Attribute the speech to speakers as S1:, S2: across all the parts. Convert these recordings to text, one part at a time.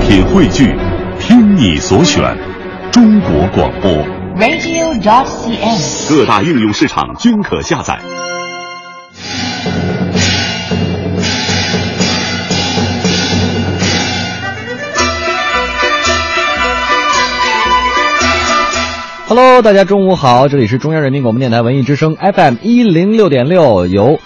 S1: 品汇聚，听你所选，中国广播。
S2: radio.cn。
S1: 各大应用市场均可下载。
S3: Hello，大家中午好，这里是中央人民广播电台文艺之声 FM 一零六点六，由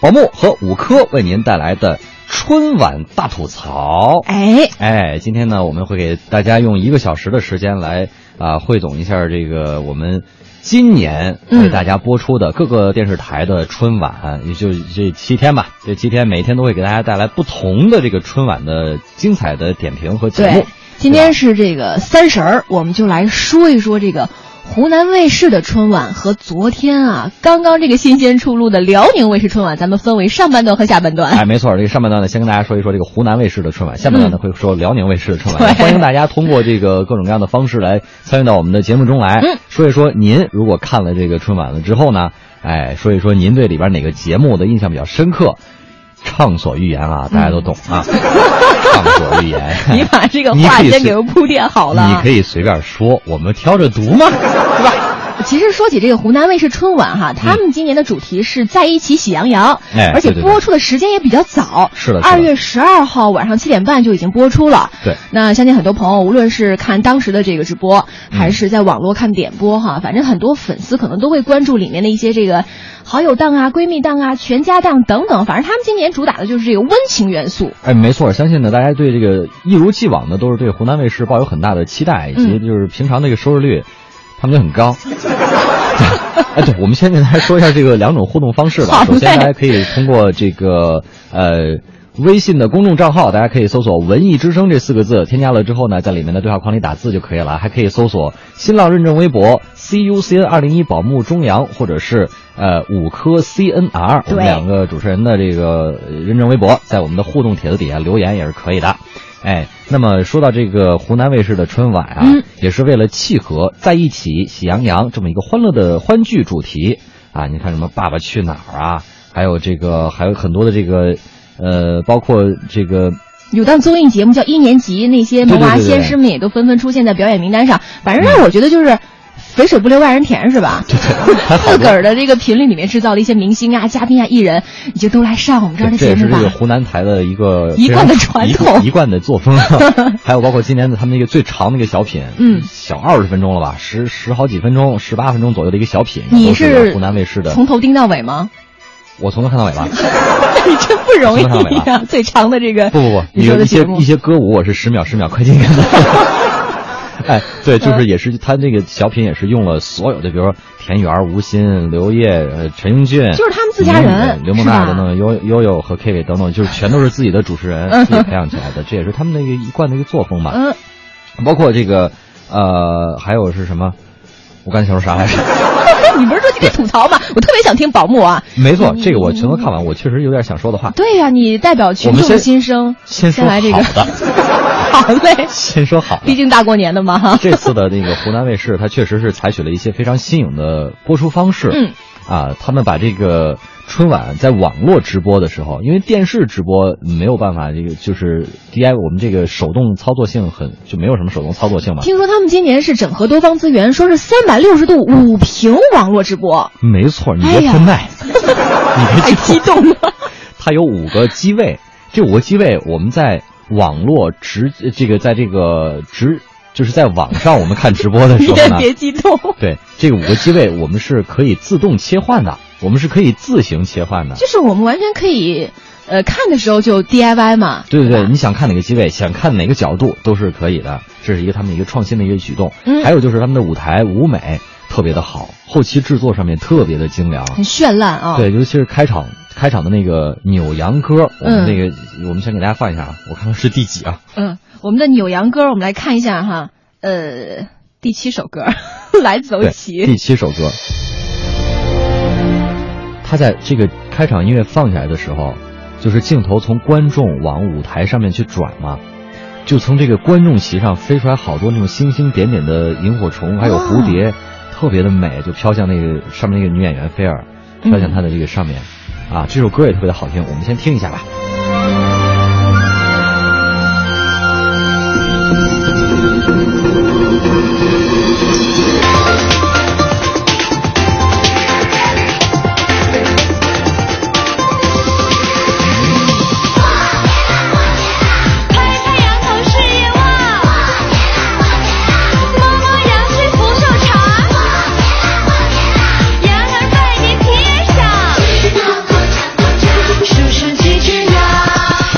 S3: 宝木和五科为您带来的春晚大吐槽。
S2: 哎，
S3: 哎，今天呢，我们会给大家用一个小时的时间来啊，汇总一下这个我们今年为大家播出的各个电视台的春晚，也就这七天吧。这七天每天都会给大家带来不同的这个春晚的精彩的点评和节目
S2: 对。，今天是这个三十儿，我们就来说一说这个湖南卫视的春晚和昨天啊刚刚这个新鲜出炉的辽宁卫视春晚，咱们分为上半段和下半段。
S3: 哎，没错，这个上半段呢，先跟大家说一说这个湖南卫视的春晚，下半段呢会说辽宁卫视的春晚。
S2: 嗯对
S3: 欢迎大家通过这个各种各样的方式来参与到我们的节目中来，
S2: 嗯
S3: 说一说您如果看了这个春晚了之后呢，哎，说一说您对里边哪个节目的印象比较深刻，畅所欲言啊，
S2: 嗯
S3: 大家都懂 啊，畅所欲言。
S2: 你把这个
S3: 你
S2: 话
S3: 可以
S2: 先
S3: 随
S2: 给我铺垫好了啊。嗯
S3: 你可以随便说，我们挑着读嘛，对吧？
S2: 其实说起这个湖南卫视春晚哈，他们今年的主题是在一起喜羊羊，
S3: 嗯哎
S2: 而且
S3: 对对对
S2: 播出的时间也比较早，
S3: 是的是的
S2: 二月十二号晚上七点半就已经播出了。
S3: 对，
S2: 那相信很多朋友无论是看当时的这个直播，
S3: 嗯
S2: 还是在网络看点播哈，反正很多粉丝可能都会关注里面的一些这个好友档啊、闺蜜档啊、全家档等等，反正他们今年主打的就是这个温情元素。
S3: 哎，没错，相信呢，大家对这个一如既往的都是对湖南卫视抱有很大的期待，以
S2: 嗯
S3: 及就是平常这个收视率，他们就很 高。哎，对，我们先给大家说一下这个两种互动方式吧。
S2: 好嘞
S3: 首先，大家可以通过这个呃。微信的公众账号，大家可以搜索“文艺之声”这四个字，添加了之后呢，在里面的对话框里打字就可以了。还可以搜索新浪认证微博 “CUCN 二零一宝木中阳”或者是呃五科 CNR，我
S2: 对
S3: 们两个主持人的这个呃认证微博，在我们的互动帖子底下留言也是可以的。哎，那么说到这个湖南卫视的春晚啊，
S2: 嗯
S3: 也是为了契合在一起喜羊羊这么一个欢乐的欢聚主题啊。你看什么《爸爸去哪儿》啊，还有这个还有很多的这个呃，包括这个
S2: 有档综艺节目叫《一年级》，那些萌
S3: 对
S2: 娃
S3: 对对嗯对
S2: 先师们也都纷纷出现在表演名单上。反正让我觉得就是肥水不流外人田，是吧？ 自个儿的这个频率里面制造的一些明星啊、嘉宾啊、艺人，你就都来上我们这儿的
S3: 这
S2: 节
S3: 也是
S2: 目
S3: 这个
S2: 吧。
S3: 湖南台的一个
S2: 一贯的
S3: 非常
S2: 传统
S3: 一一贯的作 风。还有包括今年的他们那个最长的一个小品，
S2: 嗯
S3: 小二十分钟了吧，十十好几分钟，十八分钟左右的一个小品，
S2: 你
S3: 都
S2: 是
S3: 湖南卫视的，
S2: 从头盯到尾吗？
S3: 我从头看到尾 吧。
S2: 你真不容
S3: 从头到
S2: 易
S3: 尾
S2: 呀、 最长的这个
S3: 不不不，
S2: 你
S3: 你
S2: 说
S3: 有
S2: 的
S3: 一
S2: 节
S3: 些
S2: 目
S3: 一 些歌舞，我是十秒十秒快进看的。哎，对，
S2: 嗯
S3: 就是也是他那个小品也是用了所有的，比如说田园、吴昕、刘烨、呃陈英俊，
S2: 就是他们自家人
S3: 嗯刘梦
S2: 是吧
S3: 娜等等，悠悠悠和 K K 等等，就是全都是自己的主持人自己培养起来的，这也是他们那个一贯的一个作风嘛。
S2: 嗯，
S3: 包括这个，呃，还有是什么？我刚才想说啥来着？
S2: 你不是说你得吐槽吗？我特别想听宝木啊。
S3: 没错，这个我全都看完，我确实有点想说的话。
S2: 对呀、你代表群
S3: 我们
S2: 众的
S3: 先
S2: 心声，
S3: 先说
S2: 来这个
S3: 好的，
S2: 好嘞。
S3: 先说好的
S2: 毕。竟大过年的嘛，哈。
S3: 这次的那个湖南卫视，它确实是采取了一些非常新颖的播出方式。
S2: 嗯，
S3: 啊，他们把这个春晚在网络直播的时候，因为电视直播没有办法，这个就是 DI 我们这个手动操作性很就没有什么手动操作性嘛。
S2: 听说他们今年是整合多方资源，说是三百六十度五屏网络直播，
S3: 没错，你
S2: 哎
S3: 别
S2: 呀
S3: 太 卖，你
S2: 太
S3: 别
S2: 激动了。
S3: 它有五个机位，这五个机位我们在网络直这个在这个直就是在网上我们看直播的
S2: 你
S3: 时候
S2: 真
S3: 呢，
S2: 别激动，
S3: 对，这五个机位我们是可以自动切换的，我们是可以自行切换 的。
S2: 就是我们完全可以，呃，看的时候就 DIY 嘛。
S3: 对对对，
S2: 吧
S3: 你想看哪个机位，想看哪个角度都是可以的，这是一个他们的一个创新的一个举动。
S2: 嗯
S3: 还有就是他们的舞台舞美特别的好，后期制作上面特别的精良。
S2: 很绚烂啊。
S3: 对，尤其是开场开场的那个扭秧歌，我
S2: 嗯
S3: 们那个、我们先给大家放一下啊，我看看是第几啊？
S2: 嗯，我们的扭秧歌，我们来看一下哈，呃，第七首歌《 来走
S3: 对，第
S2: 起》。
S3: 七首歌。他在这个开场音乐放下来的时候，就是镜头从观众往舞台上面去转嘛，就从这个观众席上飞出来好多那种星星点点的萤火虫，还有
S2: 啊
S3: 蝴蝶，特别的美，就飘向那个上面那个女演员菲儿，飘向她的这个上面。啊，这首歌也特别的好听，我们先听一下吧。
S4: 拍拍羊头是野望，摸摸羊须扶手长，羊儿被你贴上，数数几只羊，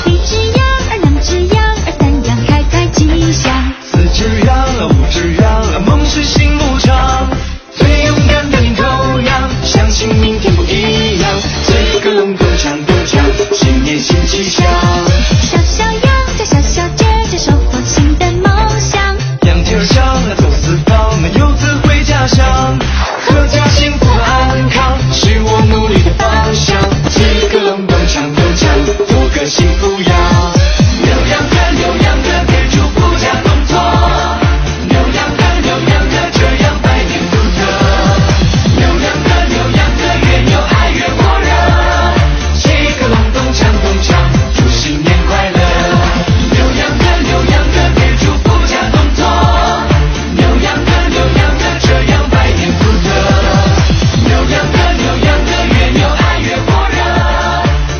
S4: 一只羊儿两只羊儿三羊开开吉祥，
S5: 四只羊啊，五只羊啊，梦是醒不长。最勇敢的领头羊，相信明天不一样。最格隆咚锵咚锵，新年新气象。
S4: 小小羊家小小姐姐收获新的梦想，
S5: 羊蹄儿香啊，走四方啊，游子回家乡。阖家幸福和安康是我努力的方向。最格隆咚锵咚锵，做个幸福羊。牛羊哥，牛羊哥，天竺不假动作。牛羊哥，牛羊哥，这样百年独特。牛羊哥，牛羊哥，越牛爱越火热。七个隆咚锵咚锵，祝新年快乐。牛羊哥，牛羊哥，天竺不假动作。牛羊哥，牛羊哥，这样百年独特。牛羊哥，牛羊哥，越牛爱越火热。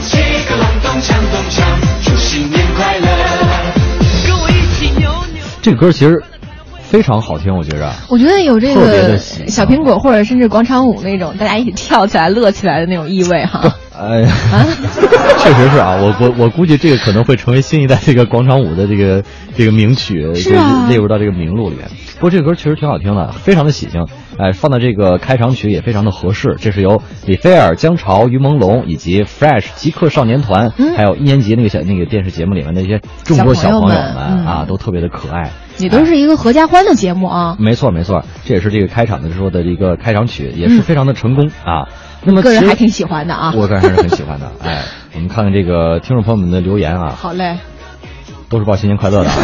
S5: 七个隆咚锵咚锵，祝新年快乐。跟我一起牛牛。
S3: 这个歌其实非常好听，我觉着。
S2: 我觉得有这
S3: 特别
S2: 个
S3: 的喜
S2: 小苹果或者甚至广场舞那种大家一起跳起来乐起来的那种意味 哈。
S3: 哎呀，
S2: 啊
S3: 确实是啊，我我我估计这个可能会成为新一代这个广场舞的这个这个名曲，
S2: 是啊
S3: 就列入到这个名录里面。不过这个歌确实挺好听的，非常的喜庆，哎，放到这个开场曲也非常的合适。这是由李菲尔、姜潮、于朦胧以及 Fresh 极客少年团，
S2: 嗯
S3: 还有一年级那个小那个电视节目里面的一些众多小
S2: 小
S3: 朋
S2: 朋
S3: 友
S2: 友
S3: 们
S2: 们嗯
S3: 啊，都特别的可爱。
S2: 也都是一个合家欢的节目啊，
S3: 没错没错，这也是这个开场的时候的一个开场曲，也是非常的成功、啊。那么
S2: 嗯个人
S3: 其实
S2: 还挺喜欢的啊
S3: 我个人还是很喜欢的。哎，我们看看这个听众朋友们的留言啊，
S2: 好嘞，
S3: 都是报新年快乐 的啊，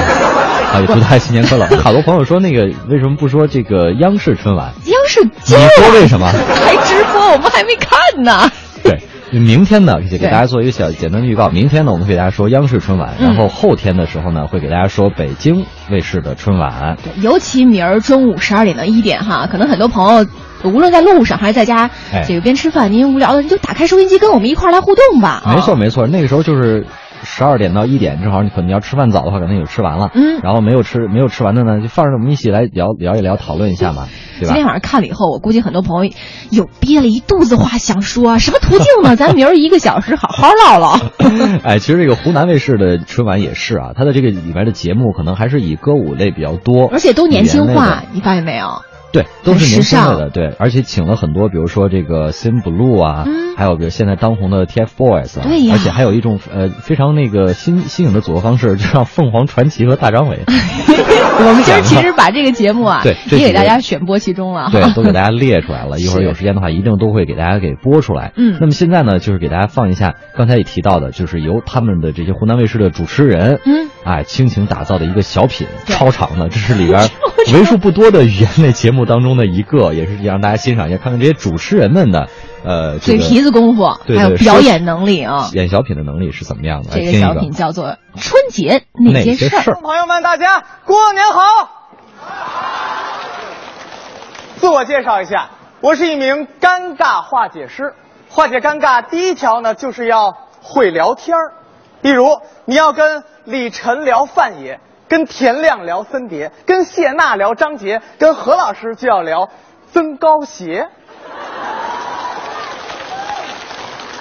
S3: 啊也祝大家新年快乐。好多朋友说那个为什么不说这个央视春晚？
S2: 央视
S3: 你
S2: 今儿
S3: 说为什么？
S2: 还直播，我们还没看呢。
S3: 对，明天呢，给
S2: 对
S3: 大家做一个小简单的预告。明天呢，我们会给大家说央视春晚，
S2: 嗯
S3: 然后后天的时候呢，会给大家说北京卫视的春晚。
S2: 对尤其明儿中午十二点到一点哈，可能很多朋友无论在路上还是在家，
S3: 哎
S2: 这个边吃饭您无聊的，你就打开收音机跟我们一块儿来互动吧。啊
S3: 没错，没错，那个时候就是十二点到一点，正好你可能要吃饭早的话，可能有吃完了，
S2: 嗯
S3: 然后没有吃没有吃完的呢，就放着我们一起来聊聊一聊，讨论一下嘛，对
S2: 今天
S3: 吧？
S2: 晚上看了以后，我估计很多朋友有憋了一肚子话想说，什么途径 呢？咱明儿一个小时好好唠唠。
S3: 哎，其实这个湖南卫视的春晚也是啊，它的这个里面的节目可能还是以歌舞类比较多，
S2: 而且都年轻
S3: 语言类
S2: 化
S3: 的，
S2: 你发现没有？
S3: 对，都是
S2: 很
S3: 年
S2: 时
S3: 轻
S2: 尚
S3: 的的，对，而且请了很多，比如说这个 Sim Blue 啊，
S2: 嗯
S3: 还有比如现在当红的 TFBOYS 啊，
S2: 对呀
S3: 而且还有一种呃非常那个新新颖的组合方式，就让凤凰传奇和大张 伟，我们
S2: 今
S3: 讲
S2: 儿
S3: 一
S2: 其
S3: 下
S2: 实把这个节目啊，
S3: 对这几
S2: 也给
S3: 个
S2: 大家选播其 中了。
S3: 对，都给大家列出来了。一会儿有时间的话，一定都会给大家给播出来。
S2: 嗯
S3: 那么现在呢，就是给大家放一下刚才也提到的，就是由他们的这些湖南卫视的主持人，
S2: 嗯，
S3: 哎，倾情打造的一个小品，
S2: 对
S3: 超长的，这是 里边为数不多的语言类节目当中的一个，也是让大家欣赏一下，看看这些主持人们的，呃，这
S2: 嘴
S3: 个
S2: 皮子功夫，
S3: 对
S2: 还有
S3: 对
S2: 表
S3: 说
S2: 演能力啊。
S3: 演小品的能力是怎么样的？来
S2: 这个
S3: 听一
S2: 小品叫做《春节那
S3: 哪
S2: 些
S3: 些
S2: 事
S3: 事
S2: 儿
S3: 儿》。
S6: 朋友们，大家过年好！自我介绍一下，我是一名尴尬化解师。化解尴尬，第一条呢，就是要会聊天儿。比如，你要跟李晨聊范爷，跟田亮聊森碟，跟谢娜聊张杰，跟何老师就要聊增高鞋。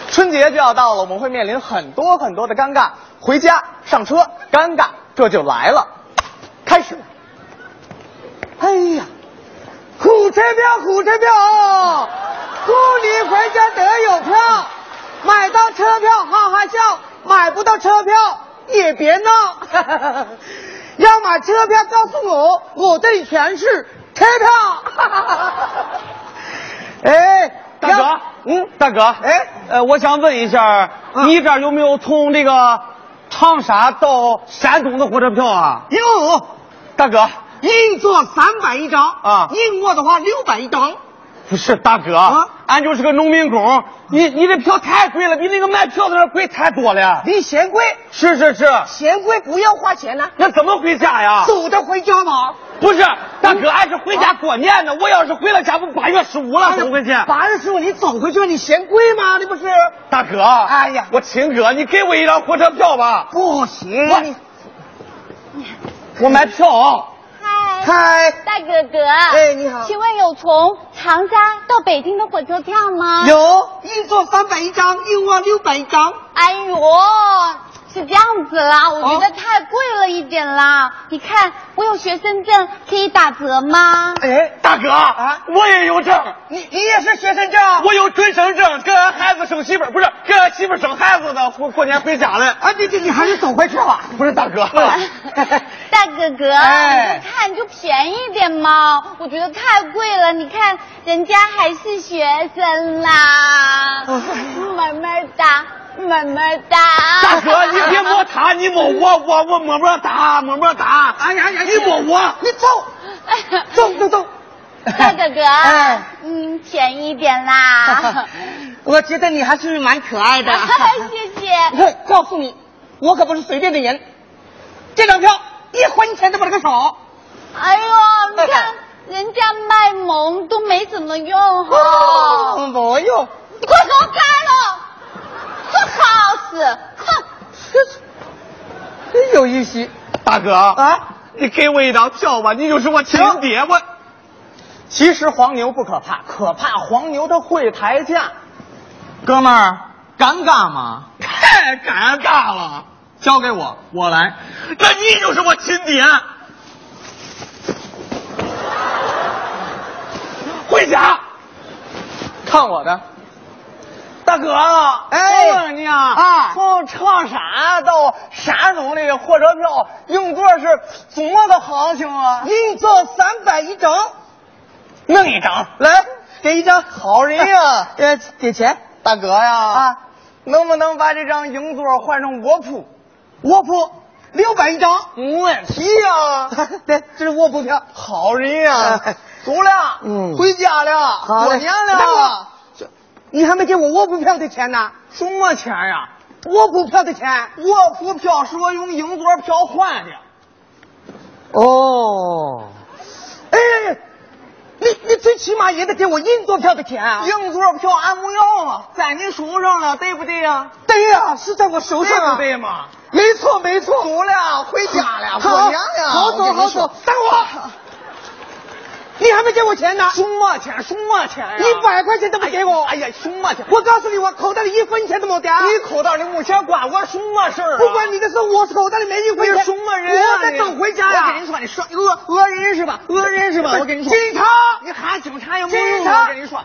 S6: 春节就要到了，我们会面临很多很多的尴尬。回家、上车，尴尬这就来了。开始。哎呀，火车票，火车票哦，过年回家得有票，买到车票哈哈笑，买不到车票也别闹。要买车票告诉我，我这里全是车票。哎，
S7: 大哥，
S6: 嗯，
S7: 大哥，
S6: 哎
S7: 呃，我想问一下，
S6: 啊
S7: 你这儿有没有从这个长沙到山东的火车票啊？
S6: 有，
S7: 大哥，
S6: 硬座三百一张
S7: 啊
S6: 硬卧的话六百一张。不是大哥，啊
S8: 啊
S6: 俺就是个农民工。你你这票太贵了，比那个卖票的那贵太多了。
S8: 比嫌贵，
S6: 是是是，
S8: 嫌贵不要花钱呢，
S6: 那怎么回家呀？
S8: 走着回家嘛。
S6: 不是，大哥，俺是回家过年呢。我要是回了家，不八月十五了，怎么回去？
S8: 哎八月十五你走回去，你嫌贵吗？你不是？
S6: 大哥，
S8: 哎呀
S6: 我亲哥，你给我一张火车票吧，
S8: 不行，
S6: 我
S8: 你
S6: 我买票。啊
S9: 嗨，
S8: 嗨，
S9: 大哥哥。
S8: 哎你好
S9: 请问有从长沙到北京的火车票吗？。
S8: 有硬座三百一张，硬卧六百一张，哦
S9: 哎呦，是这样子啦，我觉得太贵了一点啦。你看，我有学生证，可以打折吗？
S6: 哎，大哥，啊，我也有证，
S8: 你你也是学生证？
S6: 我有准生证，跟俺孩子生媳妇儿，不是跟俺媳妇儿生孩子呢，过过年回家了。
S8: 啊，你你你还是走回去吧。哎
S6: 不是大哥，
S9: 大哥哥，
S6: 哎
S9: 你就看就便宜点嘛，我觉得太贵了。你看人家还是学生啦，
S8: 哎
S9: 么么哒，么么哒。
S6: 大哥，你别摸他，你摸我，我我摸摸他，摸摸他。哎呀呀，你
S9: 啊
S6: 摸我，
S8: 你走，走走走。
S9: 哎大哥哥，
S8: 哎
S9: 嗯，便宜一 点啦。
S8: 我觉得你还是蛮可爱
S9: 哎
S8: 的。
S9: 谢谢。
S8: 我告诉你，我可不是随便的人。这张票一分钱都不能少。
S9: 哎呦，你看人家卖萌都没怎么用哈、
S8: 哦，没有，
S9: 你快给我开了，这好事， 哼。
S8: 真有意思
S6: 大哥
S8: 啊！
S6: 你给我一张票吧，你就是我亲爹，我
S10: 其实黄牛不可怕，可怕黄牛他会抬价。哥们儿，尴尬吗？
S6: 太尴尬了。
S10: 交给我，我来。
S6: 那你就是我亲爹。回家，
S10: 看我的。
S6: 大哥，
S10: 哎
S6: 我问你啊，
S10: 啊
S6: 从长沙到山东那个火车票硬座是怎么个行情啊？
S8: 硬座三百一张，
S6: 弄一张，
S8: 来给一张。
S10: 好人呀，
S8: 呃，给钱
S10: 大哥呀，
S8: 啊，
S10: 能不能把这张硬座换成卧铺？
S8: 卧铺六百一张。
S10: 没
S6: 嗯
S10: 问题呀。
S8: 对，这是卧铺票。
S10: 好人呀
S8: 哎，
S10: 走了，
S8: 嗯
S10: 回家了，
S8: 好嘞
S10: 过年
S8: 等会儿
S10: 了，
S8: 你还没给我卧铺票的钱呢，
S10: 什么钱呀？
S8: 卧铺票的钱。
S10: 卧铺票是我用硬座票换的。
S8: 哦，哎，你你最起码也得给我硬座票的钱啊！
S10: 硬座票俺不要啊，在你手上了，对不对呀、
S8: 对呀、是在我手
S10: 对
S8: 上啊！
S10: 不对嘛？
S8: 没错没错。
S10: 走了，回家了，
S8: 好
S10: 过年了，
S8: 好走
S10: 我跟你
S8: 好
S10: 说
S8: 走，等 我。你还没给我钱呢，
S10: 什么钱？什么钱呀？
S8: 一百块钱都没给我。
S10: 哎呀，什么钱？
S8: 我告诉你，我口袋里一分钱都没有的啊。
S10: 你口袋里目前管我什么事儿啊？
S8: 不关你的事，我口袋里没一分钱。
S10: 你是什么人啊
S8: 我得等回家呀。
S10: 我跟你说，你说
S8: 讹讹人是吧？讹人是吧？我跟你说，
S10: 警察，
S8: 你喊警察有没有
S10: 警
S8: 用啊
S10: 察，
S8: 我跟你说，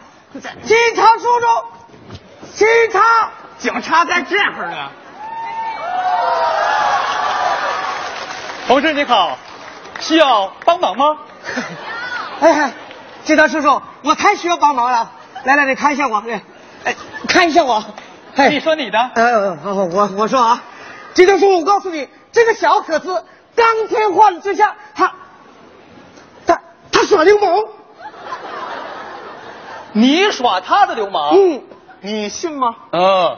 S10: 警察叔叔，警察，警察在这儿呢。
S6: 同志你好，需要帮忙吗？
S8: 哎，警察叔叔，我太需要帮忙了。来来，你看一下我，哎，哎看一下我。哎，
S6: 你说你的。
S8: 呃，呃我我说啊，警察叔叔，我告诉你，这个小可子当天换之下，他他他耍流氓，
S6: 你耍他的流氓，
S8: 嗯，
S6: 你信吗？嗯，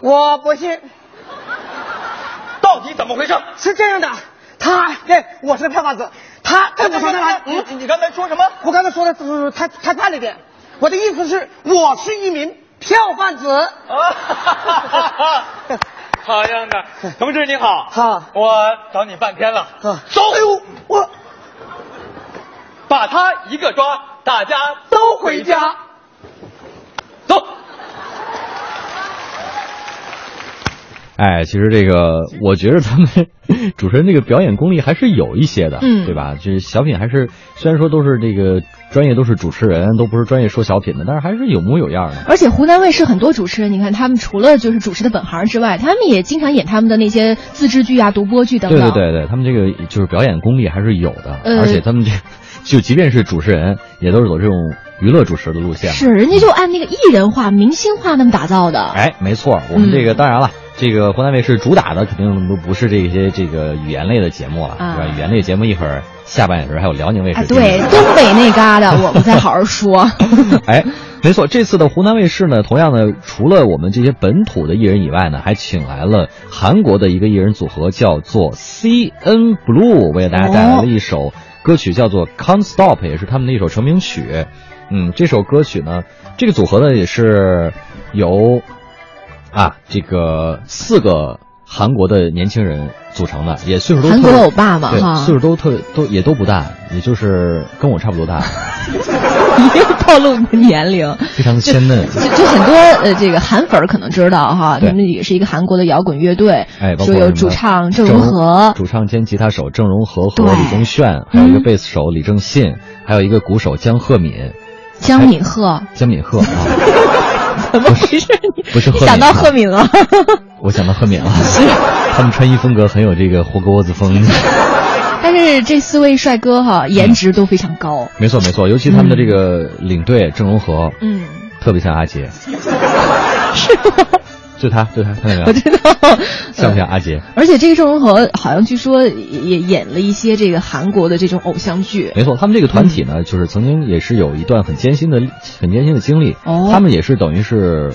S8: 我不信，
S6: 到底怎么回事？
S8: 是这样的，他哎，我是票贩子，他他我说他，
S6: 哎你
S8: 嗯，
S6: 你刚才说什么？
S8: 我刚才说的呃太太快了一点，我的意思是，我是一名票贩子，
S6: 啊， 哈哈哈哈好样的，同志你好，
S8: 好
S6: 我找你半天了，
S8: 啊
S6: 走，
S8: 哎呦，我
S6: 把他一个抓，大家
S8: 都回家，
S6: 走。
S3: 哎，其实这个，我觉得咱们 主持人这个表演功力还是有一些的，
S2: 嗯
S3: 对吧？就是小品还是虽然说都是这个专业，都是主持人，都不是专业说小品的，但是还是有模有样的。
S2: 而且湖南卫视很多主持人，你看他们除了就是主持的本行之外，他们也经常演他们的那些自制剧啊、独播剧等
S3: 对
S2: 等。
S3: 对对对，他们这个就是表演功力还是有的，
S2: 呃
S3: 而且他们这就即便是主持人，也都是走这种娱乐主持的路线嘛。
S2: 是人家就按那个艺人化、明星化那么打造的。嗯
S3: 哎，没错，我们这个当然了，这个湖南卫视主打的肯定都不是这些这个语言类的节目了，
S2: 啊
S3: 对吧？语言类节目一会儿下半小时还有辽宁卫视、
S2: 啊，对，东北那旮瘩，我们再好 好说。
S3: 哎，没错，这次的湖南卫视呢，同样呢，除了我们这些本土的艺人以外呢，还请来了韩国的一个艺人组合，叫做 CN Blue，为大家带来
S2: 哦
S3: 了一首歌曲，叫做《Can't Stop》，也是他们的一首成名曲。嗯，这首歌曲呢，这个组合呢也是由啊这个四个韩国的年轻人组成的，也岁数都
S2: 韩国
S3: 特别
S2: 欧巴嘛
S3: 对
S2: 哈
S3: 岁数都特都也都不大，也就是跟我差不多大。
S2: 你又暴露你的年龄，
S3: 非常的鲜嫩
S2: 就就很多呃，这个韩粉儿可能知道哈，
S3: 对
S2: 他们也是一个韩国的摇滚乐队，
S3: 哎，包括
S2: 说有
S3: 什么
S2: 主唱郑容和，
S3: 主唱兼吉他手郑容和和
S2: 对嗯
S3: 李宗炫，还有一个贝斯手李正信，还有一个鼓手江赫敏，
S2: 江
S3: 哎
S2: 敏赫，
S3: 江敏赫啊，
S2: 怎么回事？你
S3: 不是赫
S2: 你想到
S3: 敏啊
S2: 赫敏了？
S3: 我想到赫敏了，他们穿衣风格很有这个霍格沃兹风。
S2: 但是这四位帅哥哈，
S3: 嗯
S2: 颜值都非常高，
S3: 没错没错，尤其他们的这个领队郑容和，
S2: 嗯，
S3: 特别像阿杰，
S2: 是吗？
S3: 就他就他，看见没
S2: 我
S3: 有？
S2: 知道，
S3: 像不像阿杰？
S2: 而且这个郑容和好像据说也演了一些这个韩国的这种偶像剧，
S3: 没错，他们这个团体呢，
S2: 嗯
S3: 就是曾经也是有一段很艰辛的、很艰辛的经历。
S2: 哦
S3: 他们也是等于是，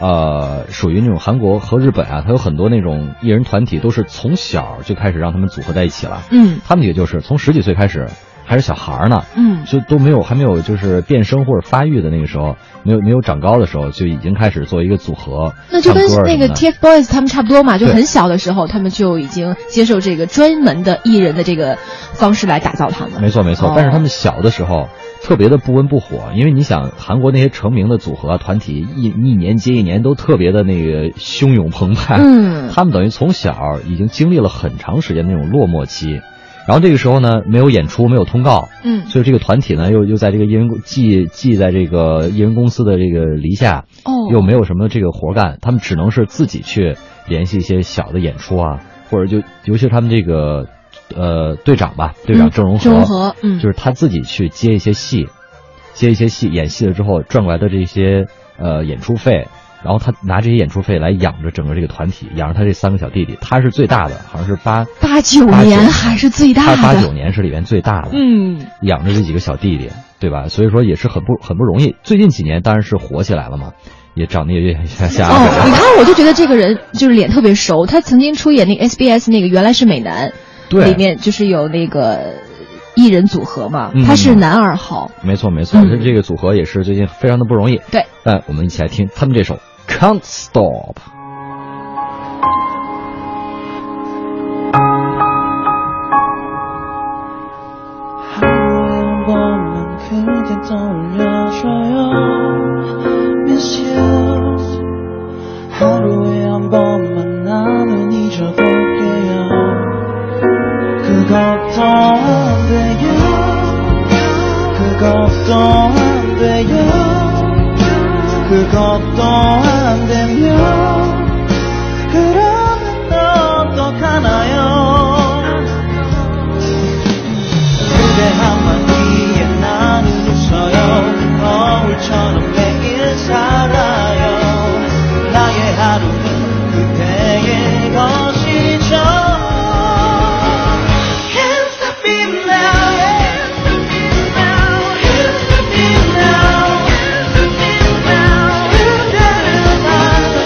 S3: 呃，属于那种韩国和日本啊，它有很多那种艺人团体都是从小就开始让他们组合在一起了。
S2: 嗯
S3: 他们也就是从十几岁开始，还是小孩儿呢，
S2: 嗯
S3: 就都没有还没有就是变声或者发育的那个时候，没有没有长高的时候，就已经开始做一个组合，
S2: 那就跟
S3: 唱歌
S2: 那
S3: 什么
S2: 个
S3: 的
S2: TFBOYS 他们差不多嘛，就
S3: 对
S2: 很小的时候他们就已经接受这个专门的艺人的这个方式来打造他们。
S3: 没错没错
S2: 哦，
S3: 但是他们小的时候特别的不温不火，因为你想韩国那些成名的组合啊团体一一年接一年都特别的那个汹涌澎湃，
S2: 嗯
S3: 他们等于从小已经经历了很长时间的那种落寞期，然后这个时候呢没有演出没有通告，
S2: 嗯
S3: 所以这个团体呢又又在这个艺人公既既在这个艺人公司的这个篱下，
S2: 哦
S3: 又没有什么这个活干，他们只能是自己去联系一些小的演出啊，或者就尤其是他们这个呃队长吧，队
S2: 嗯
S3: 长郑容和，
S2: 郑容和嗯
S3: 就是他自己去接一些戏，接一些戏演戏了之后赚过来的这些呃演出费。然后他拿这些演出费来养着整个这个团体，养着他这三个小弟弟，他是最大的，好像是八
S2: 八九年还是最大的
S3: 他八九年是里面最大的，
S2: 嗯，
S3: 养着这几个小弟弟，对吧？所以说也是很不很不容易。最近几年当然是火起来了嘛，也长得也越像像阿
S2: 哦，
S3: 狗
S2: 你看我就觉得这个人就是脸特别熟，他曾经出演那个 SBS 那个原来是美男，
S3: 对
S2: 里面就是有那个艺人组合嘛，
S3: 嗯
S2: 他是男二号，
S3: 没错没错，
S2: 嗯
S3: 这、这个组合也是最近非常的不容易。
S2: 对，
S3: 但我们一起来听他们这首《Can't Stop》。
S5: 한 번만 그대 떠올려줘요 Miss you 하루에 한 번만 나는 잊어볼게요 그것도 안 돼요 그것도 안 돼요 그것도 안 되면 그러면 어떡하나요 그대 한마디에 나는 웃어요 거울처럼 매일 살아요 나의 하루는 그대의 것이죠 Can't stop it now Can't stop it now 그대를 다 음.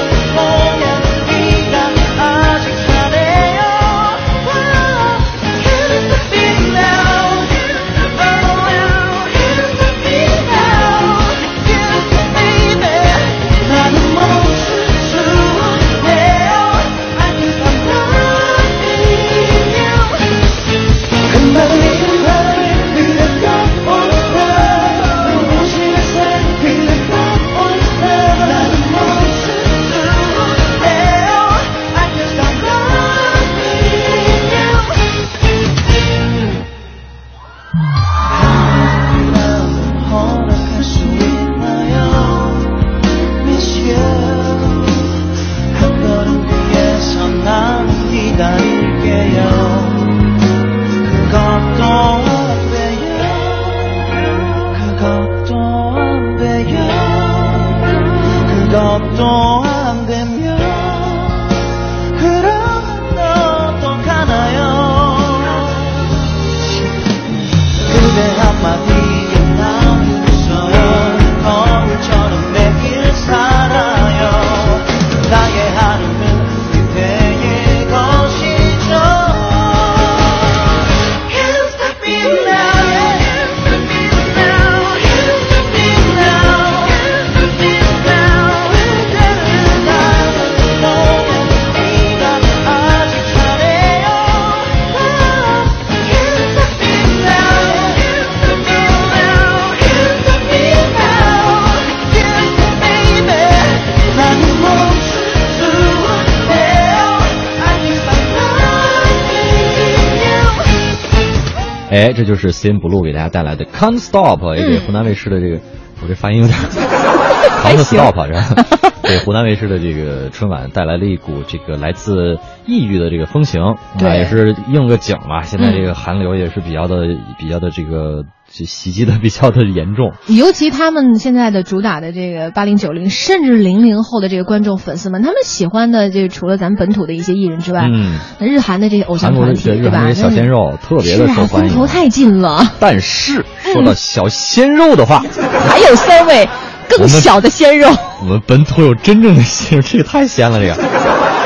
S3: 哎，这就是 Sin Blue 给大家带来的 Can't Stop，也给
S2: 嗯
S3: 湖南卫视的这个，我这发音有 点 Can't
S2: 行
S3: Stop，然啊 后给湖南卫视的这个春晚带来了一股这个来自异域的这个风情，啊，
S2: 对嗯
S3: 也是应个景嘛。现在这个寒流也是比较的、比较的这个袭击的比较的严重。
S2: 尤其他们现在的主打的这个八零九零，甚至零零后的这个观众粉丝们，他们喜欢的这个除了咱们本土的一些艺人之外，
S3: 嗯，
S2: 日韩的这些偶像
S3: 韩国
S2: 团
S3: 的
S2: 体，
S3: 对日
S2: 对
S3: 韩
S2: 吧？
S3: 这些小鲜肉
S2: 嗯
S3: 特别的
S2: 是
S3: 受
S2: 啊，
S3: 欢
S2: 风
S3: 迎
S2: 头太近了，
S3: 但是说到小鲜肉的话，
S2: 还有三位更小的鲜肉。
S3: 我们本土有真正的鲜肉，这个太鲜 了，这个。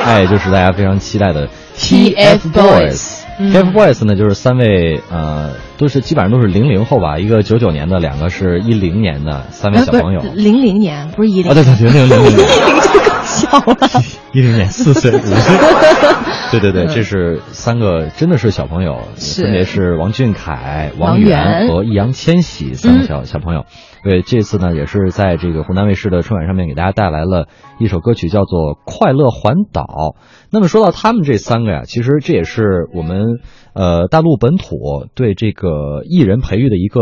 S3: 哎，就是大家非常期待的
S2: TFBOYS
S3: TFBOYS 呢，就是三位呃，都是基本上都是零零后吧，一个九九年的，两个是一零年的，三
S2: 哎
S3: 位小朋友。啊，
S2: 零零年呃不是一零、
S3: 对对，零零零零
S2: 小了。
S3: 一零年，四岁、五 岁。对对对，这是三个真的是小朋友，
S2: 是
S3: 分别是王俊凯、
S2: 王
S3: 王
S2: 源
S3: 源和易烊千玺三个
S2: 嗯
S3: 小小朋友。对，这次呢也是在这个湖南卫视的春晚上面给大家带来了一首歌曲，叫做《快乐环岛》。那么说到他们这三个呀，其实这也是我们呃大陆本土对这个艺人培育的一个。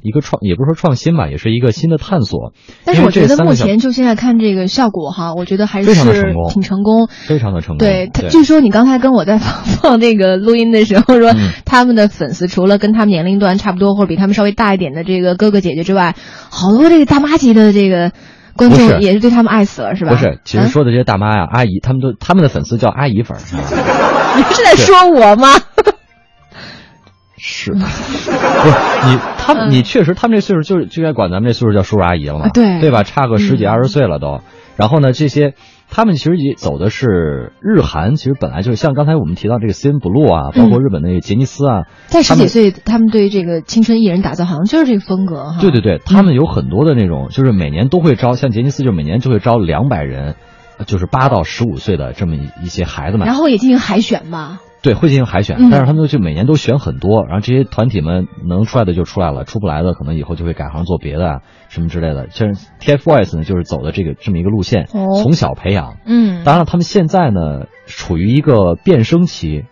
S3: 一个创也不是说创新吧，也是一个新的探索。
S2: 但是我觉
S3: 因为这
S2: 得
S3: 三
S2: 目
S3: 个小
S2: 前就现在看这个效果哈，我觉得还是
S3: 非常的成功
S2: 挺成功。
S3: 非常的成功。
S2: 对，他据说你刚才跟我在放放那个录音的时候说，
S3: 嗯
S2: 他们的粉丝除了跟他们年龄段差不多或者比他们稍微大一点的这个哥哥姐姐之外，好多这个大妈级的这个观
S3: 不是
S2: 众也是对他们爱死了，是吧？嗯
S3: 不是，其实说的这些大妈呀、阿姨，他们都他们的粉丝叫阿姨 粉儿，
S2: 啊 你是在说我吗？
S3: 是，不是你他们你确实他们这岁数就是就该管咱们这岁数叫叔叔阿姨了嘛，
S2: 嗯啊对嗯
S3: 对吧？差个十几二十岁了都。然后呢，这些他们其实也走的是日韩，其实本来就是像刚才我们提到这个 CN Blue 啊，包括日本的杰尼斯啊，
S2: 嗯在十
S3: 他们
S2: 几岁，啊他们对这个青春艺人打造好像就是这个风格哈。
S3: 对对对，
S2: 嗯
S3: 他们有很多的那种，就是每年都会招，像杰尼斯就每年就会招两百人，呃就是八到十五岁的这么一一些孩子们
S2: 然。后也进行海选吧。
S3: 对，会进行海选，
S2: 嗯
S3: 但是他们就每年都选很多，然后这些团体们能出来的就出来了，出不来的可能以后就会改行做别的啊，什么之类的。像 TFBOYS 呢，就是走的这个这么一个路线，
S2: 哦
S3: 从小培养。
S2: 嗯，
S3: 当然了，他们现在呢处于一个变声期，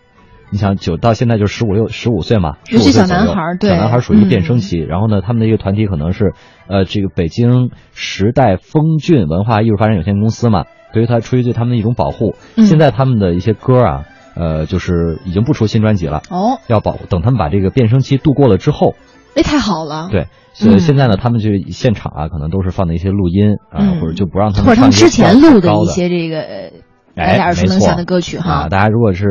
S3: 你想九到现在就十五六十五岁嘛，
S2: 尤其
S3: 15岁
S2: 小
S3: 左
S2: 男
S3: 右
S2: 孩儿对
S3: 小男孩儿属于
S2: 嗯
S3: 变声期。然后呢，他们的一个团体可能是呃这个北京时代风骏文化艺术发展有限公司嘛，对于他出于对他们的一种保护，
S2: 嗯
S3: 现在他们的一些歌啊，呃就是已经不出新专辑了。
S2: 哦，
S3: 要保等他们把这个变声期度过了之后，
S2: 哎，太好了。，
S3: 对，所以
S2: 嗯
S3: 现在呢，他们就现场啊，可能都是放的一些录音啊，
S2: 嗯
S3: 或者就不让他
S2: 或
S3: 们
S2: 者他
S3: 唱
S2: 们
S3: 这些
S2: 之前录的
S3: 高
S2: 一
S3: 的
S2: 些这个呃大
S3: 哎，
S2: 家耳熟
S3: 没
S2: 能
S3: 错
S2: 详的歌曲哈
S3: 啊，。大家如果是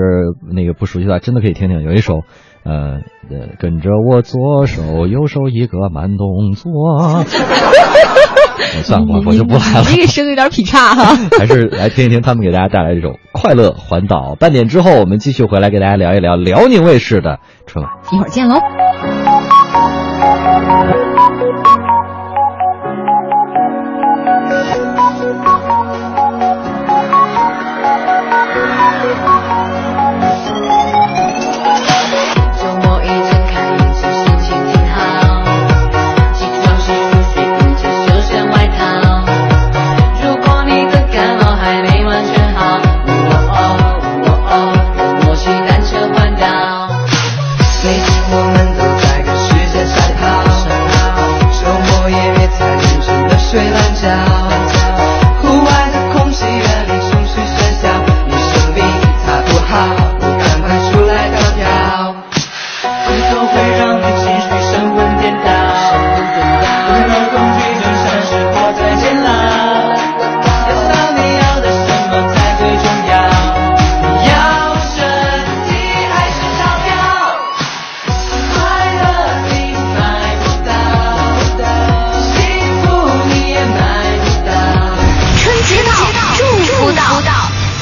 S3: 那个不熟悉的话，真的可以听听，有一首。呃呃，跟着我左手右手一个慢动作，我算了，我我就不来了
S2: 嗯你，这个声有点劈叉 哈。
S3: 还是来听一听他们给大家带来这首快乐环岛。半点之后，我们继续回来给大家聊一聊辽宁卫视的春晚。
S2: 一会儿见喽。
S11: 周末一睁开眼睛，心情挺好。起床时梳洗工整，休闲外套。如果你的感冒还没完全好，哦哦哦哦，莫骑单车环岛。
S5: 最近我们都在跟时间赛跑，周末也别太认真的睡懒觉。户外的空气远离城市喧嚣，你生病它不好，你赶快出来飘飘。回头会让你情绪神魂颠倒，温柔工具就像是火在煎熬。要到你要的什么才最重要？你要身体还是钞票？快乐你买不到，幸福你也买不到。
S11: 春节到，祝福到。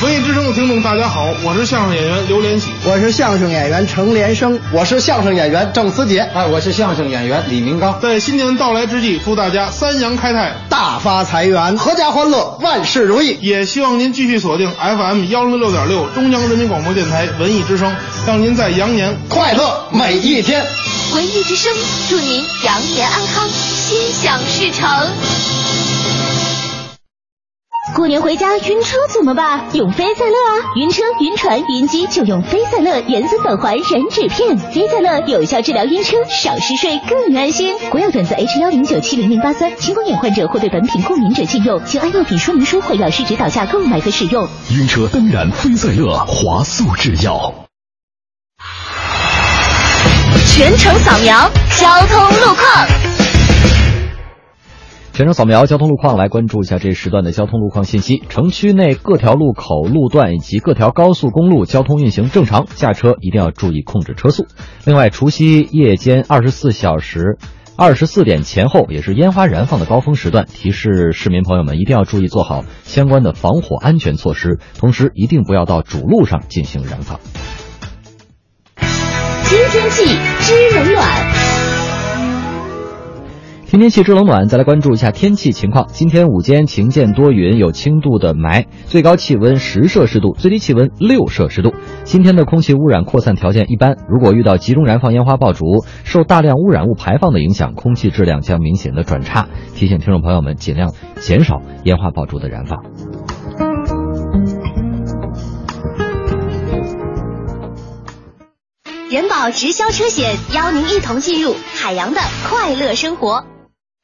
S12: 文艺之声的听众，大家好，我是相声演员刘连喜。
S8: 我是相声演员程连生，我是相声演员郑思杰，
S12: 哎，我是相声演员李明刚。在新年到来之际，祝大家三阳开泰，
S8: 大发财源，阖家欢乐，万事如意。
S12: 也希望您继续锁定 FM 幺零六点六中央人民广播电台文艺之声，让您在羊年
S8: 快乐每一天。
S11: 文艺之声祝您羊年安康，心想事成。
S9: 过年回家晕车怎么办？用飞赛乐啊！晕车、晕船、晕机就用飞赛乐原子粉环燃脂片。飞赛乐有效治疗晕车，少嗜睡更安心。国药准字 H 幺零九七零零八三，青光眼患者或对本品过敏者禁用，请按药品说明书或药师指导下购买和使用。
S13: 晕车当然飞赛乐华素制药。
S9: 全程扫描交通路况。
S3: 全程扫描交通路况，来关注一下这时段的交通路况信息。城区内各条路口、路段以及各条高速公路交通运行正常，驾车一定要注意控制车速。另外，除夕夜间二十四小时。二十四点前后也是烟花燃放的高峰时段，提示市民朋友们一定要注意做好相关的防火安全措施，同时一定不要到主路上进行燃放。
S9: 新天气知冷暖。
S3: 听天气知冷暖，再来关注一下天气情况。今天午间晴见多云，有轻度的霾，最高气温十摄氏度，最低气温六摄氏度。今天的空气污染扩散条件一般，如果遇到集中燃放烟花爆竹，受大量污染物排放的影响，空气质量将明显的转差。提醒听众朋友们，尽量减少烟花爆竹的燃放。
S9: 人保直销车险邀您一同进入海洋的快乐生活。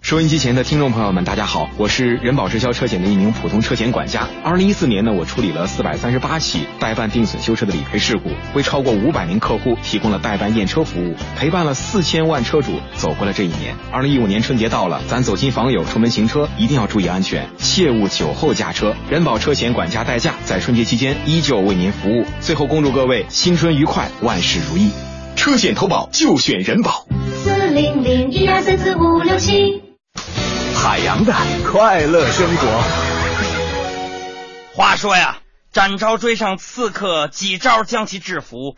S14: 收音机前的听众朋友们，大家好，我是人保直销车险的一名普通车险管家。二零一四年呢，我处理了四百三十八起代办定损修车的理赔事故，为超过五百名客户提供了代办验车服务，陪伴了四千万车主走过了这一年。二零一五年春节到了，咱走亲访友出门行车一定要注意安全，切勿酒后驾车。人保车险管家代驾在春节期间依旧为您服务。最后恭祝各位新春愉快，万事如意。车险投保就选人保。
S9: 四零零一二三四五六七。
S13: 海洋的快乐生活。
S15: 话说呀，展昭追上刺客，几招将其制服，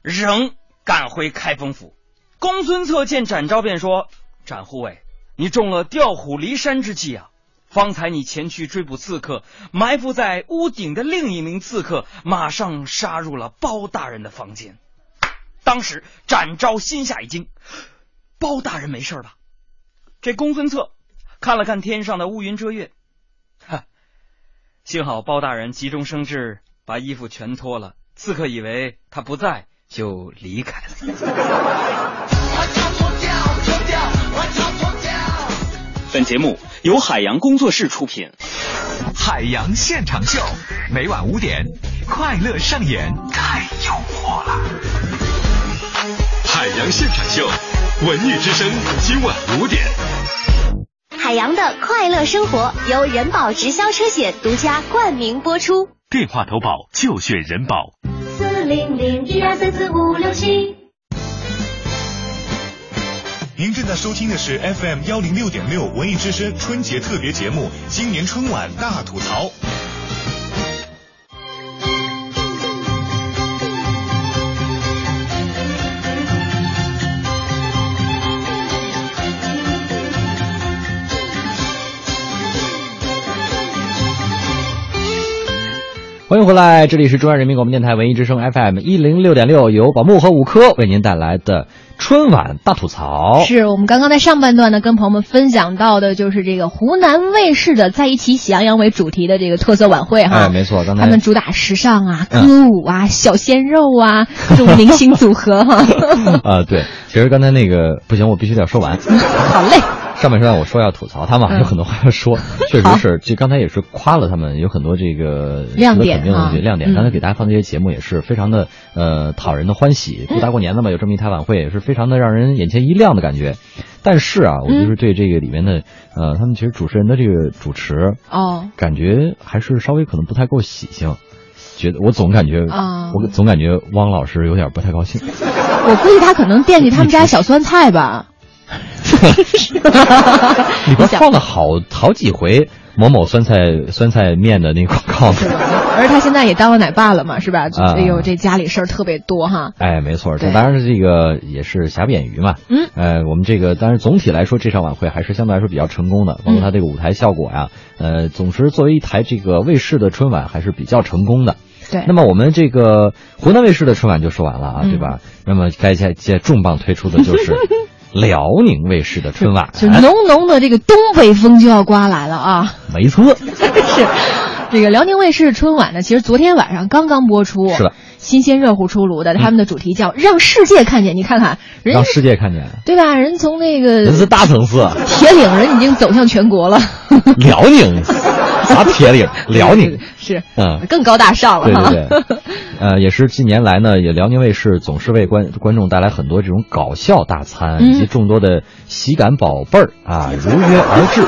S15: 仍赶回开封府。公孙策见展昭，便说：“展护卫，你中了调虎离山之计啊！方才你前去追捕刺客，埋伏在屋顶的另一名刺客，马上杀入了包大人的房间。当时展昭心下一惊，包大人没事吧？”这公孙策看了看天上的乌云遮月，哈，幸好包大人急中生智，把衣服全脱了。刺客以为他不在，就离开了。
S14: 本节目由海洋工作室出品。
S13: 海洋现场秀，每晚五点，快乐上演。太诱惑了！海洋现场秀，文艺之声，今晚五点。
S9: 海洋的快乐生活由人保直销车险独家冠名播出。
S13: 电话投保就选人保。
S9: 四零零一二三四五六七。
S16: 您正在收听的是 FM 幺零六点六文艺之声春节特别节目《今年春晚大吐槽》。
S3: 欢迎回来，这里是中央人民广播电台文艺之声 FM 一零六点六，由宝木和五科为您带来的春晚大吐槽。
S2: 是我们刚刚在上半段呢，跟朋友们分享到的就是这个湖南卫视的“在一起喜羊羊”为主题的这个特色晚会哈。
S3: 哎，没错，刚才
S2: 他们主打时尚啊、
S3: 嗯
S2: 歌舞啊、小鲜肉啊这种明星组 合哈。
S3: 啊、对，其实刚才那个不行，我必须得说完。
S2: 好嘞，
S3: 上半时段我说要吐槽他嘛，
S2: 嗯
S3: 有很多话要 说，确实是，就刚才也是夸了他们，有很多这个
S2: 亮
S3: 值得
S2: 点
S3: 肯定的
S2: 啊
S3: 这亮点。
S2: 嗯
S3: 刚才给大家放这些节目也是非常的呃讨人的欢喜，
S2: 嗯
S3: 大过年的嘛，有这么一台晚会也是非常的让人眼前一亮的感觉。但是啊，
S2: 嗯
S3: 我就是对这个里面的呃，他们其实主持人的这个主持
S2: 哦，
S3: 感觉还是稍微可能不太够喜庆。觉得我总感觉，
S2: 啊
S3: 我总感觉汪老师有点不太高兴。
S2: 我估计他可能惦记他们家小酸菜吧。
S3: 里边放了好好几回某某酸菜酸菜面的那个 广告。
S2: 而他现在也当了奶爸了嘛，是吧？
S3: 啊
S2: 哎呦，这家里事儿特别多哈。
S3: 哎，没错，这
S2: 对
S3: 当然是这个也是瑕不掩瑜嘛。
S2: 嗯，
S3: 呃，我们这个当然总体来说，这场晚会还是相对来说比较成
S2: 嗯
S3: 功的，包括它这个舞台效果呀、呃，总之作为一台这个卫视的春晚还是比较成功的。
S2: 对
S3: 那么我们这个湖南卫视的春晚就说完了啊，
S2: 嗯
S3: 对吧？那么该接接重磅推出的就是。辽宁卫视的春晚，
S2: 就浓浓的这个东北风就要刮来了啊！
S3: 没错，
S2: 是这个辽宁卫视春晚呢，其实昨天晚上刚刚播出，
S3: 是的，
S2: 新鲜热乎出炉的，他们的主题叫“让世界看见”，你看看人
S3: 让
S2: 家
S3: 世界看见，
S2: 对吧？人从那个
S3: 人是大层次，
S2: 铁岭人已经走向全国了，
S3: 辽宁，啥铁岭，辽宁，
S2: 是
S3: 嗯，
S2: 更高大上了哈。
S3: 对对对，呃，也是近年来呢，也辽宁卫视总是为观观众带来很多这种搞笑大餐，
S2: 嗯
S3: 以及众多的喜感宝贝儿 啊，如约而至。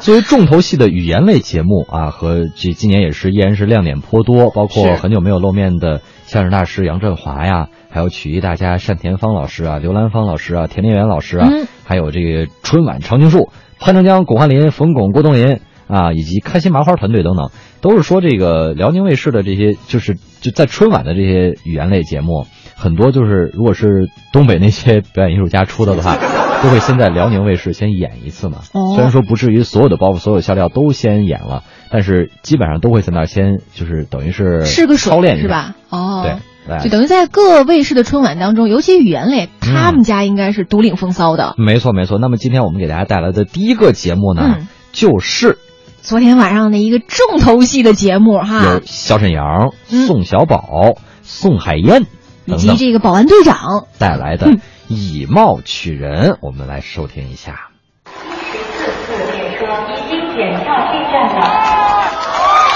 S3: 作为重头戏的语言类节目啊，和这今年也是依然是亮点颇多，包括
S2: 是
S3: 很久没有露面的相声大师杨振华呀，还有曲艺大家单田芳老师啊、刘兰芳老师啊、田连元老师啊，
S2: 嗯
S3: 还有这个春晚常青树、潘长江、巩汉林、冯巩、郭冬临啊，以及开心麻花团队等等，都是说这个辽宁卫视的这些，就是就在春晚的这些语言类节目，很多就是如果是东北那些表演艺术家出的的 话，都会先在辽宁卫视先演一次嘛。
S2: 哦
S3: 虽然说不至于所有的包袱、所有笑料都先演了，但是基本上都会在那儿先就是等于是
S2: 试个水
S3: 呃操练一
S2: 是
S3: 下
S2: 吧？哦，
S3: 对。哎来
S2: 就等于在各卫视的春晚当中，尤其语言类，他
S3: 嗯
S2: 们家应该是独领风骚的。
S3: 没错没错。那么今天我们给大家带来的第一个节目呢，
S2: 嗯
S3: 就是
S2: 昨天晚上的一个重头戏的节目哈
S3: 有，小沈阳、宋小宝、宋海燕
S2: 嗯
S3: 等
S2: 以及
S3: 等
S2: 这个嗯保安队长，
S3: 带来的以貌取人，我们来收听一下。
S11: 检票进站了。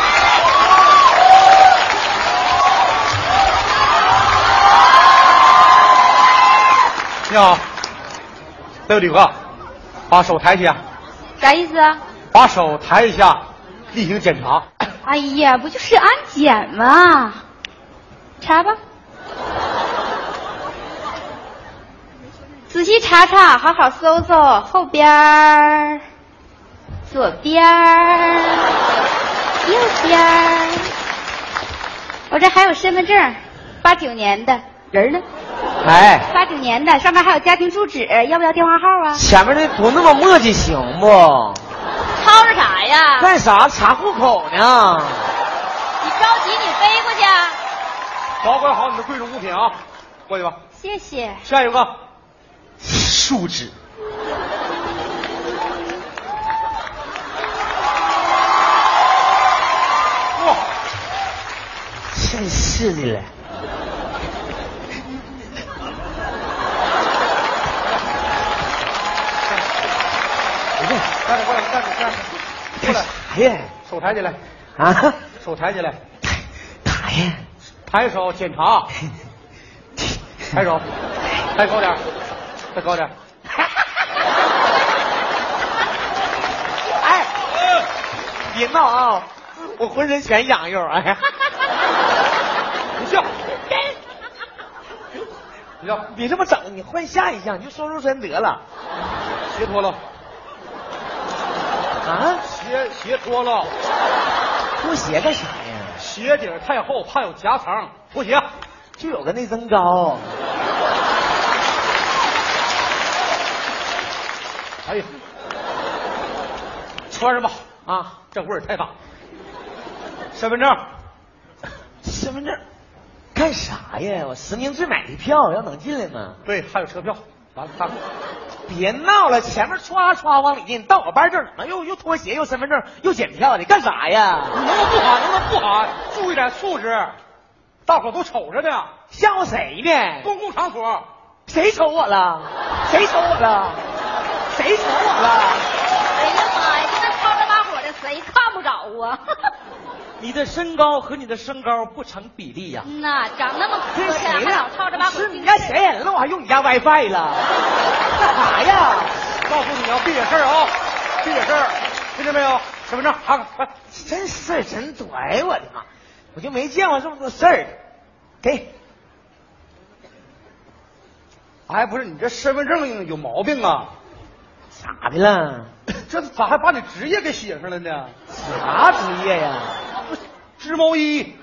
S6: 你好，这位旅客，把手抬起来，
S9: 啥意思啊？
S6: 把手抬一下，例行检查。
S9: 哎呀，不就是安检吗？查吧，仔细查查，好好搜搜，后边儿、左边儿、右边儿。我这还有身份证，八九年的人呢？
S16: 哎，
S9: 八九年的，上面还有家庭住址，要不要电话号啊？
S16: 前面那不那么磨叽行不？
S9: 吵吵啥呀？
S16: 干啥查户口呢？
S9: 你着急，你飞过去啊。
S6: 保管好你的贵重物品啊，过去吧。
S9: 谢谢。
S6: 下一个，树脂。
S16: 真是的了。
S6: 站着过来，站着站着，过来。
S16: 哎呀，
S6: 手抬起来，
S16: 啊，
S6: 手抬起来。抬呀。抬手检查。抬手，抬高点儿，再高点儿。
S16: 哎别闹啊！我浑身全痒痒，哎呀，
S6: 你笑，
S16: 你别这么整，你换下一项，你就收收身得了。
S6: 鞋脱了。
S16: 啊？
S6: 鞋鞋脱了。
S16: 脱鞋干啥呀？
S6: 鞋底儿太厚，怕有夹层，脱鞋。
S16: 就有个内增高。
S6: 哎呀，穿上吧啊，这味儿太大。身份证，
S16: 身份证干啥呀？我实名制买的票，要能进来吗？
S6: 对，还有车票。完了，看看
S16: 别闹了，前面歘歘往里进，到我班这儿怎么又又脱鞋又身份证又检票的？干啥呀？
S6: 能不能不喊？能不能不喊？注意点素质，大伙都瞅着呢。
S16: 吓唬谁呢？
S6: 公共场所，
S16: 谁瞅我了？谁瞅我了？谁瞅我了？
S9: 哎呀妈呀，这吵着把火的谁看不着啊？
S16: 你的身高和你的身高不成比例呀、
S9: 嗯呐，长那么磕
S16: 这
S9: 碜，
S16: 谁
S9: 还
S16: 呢
S9: 老吵着把？火
S16: 是你家显眼了，我还用你家 WiFi 了？干啥呀？
S6: 告诉你啊，别惹事儿啊，别惹事儿，听见没有？身份证，看看，来，
S16: 真事儿真多，哎我的妈！我就没见过这么多事儿。给，
S6: 哎，不是你这身份证有毛病啊？
S16: 咋的了？
S6: 这咋还把你职业给写上了呢？
S16: 啥职业呀？哎
S6: 织毛衣，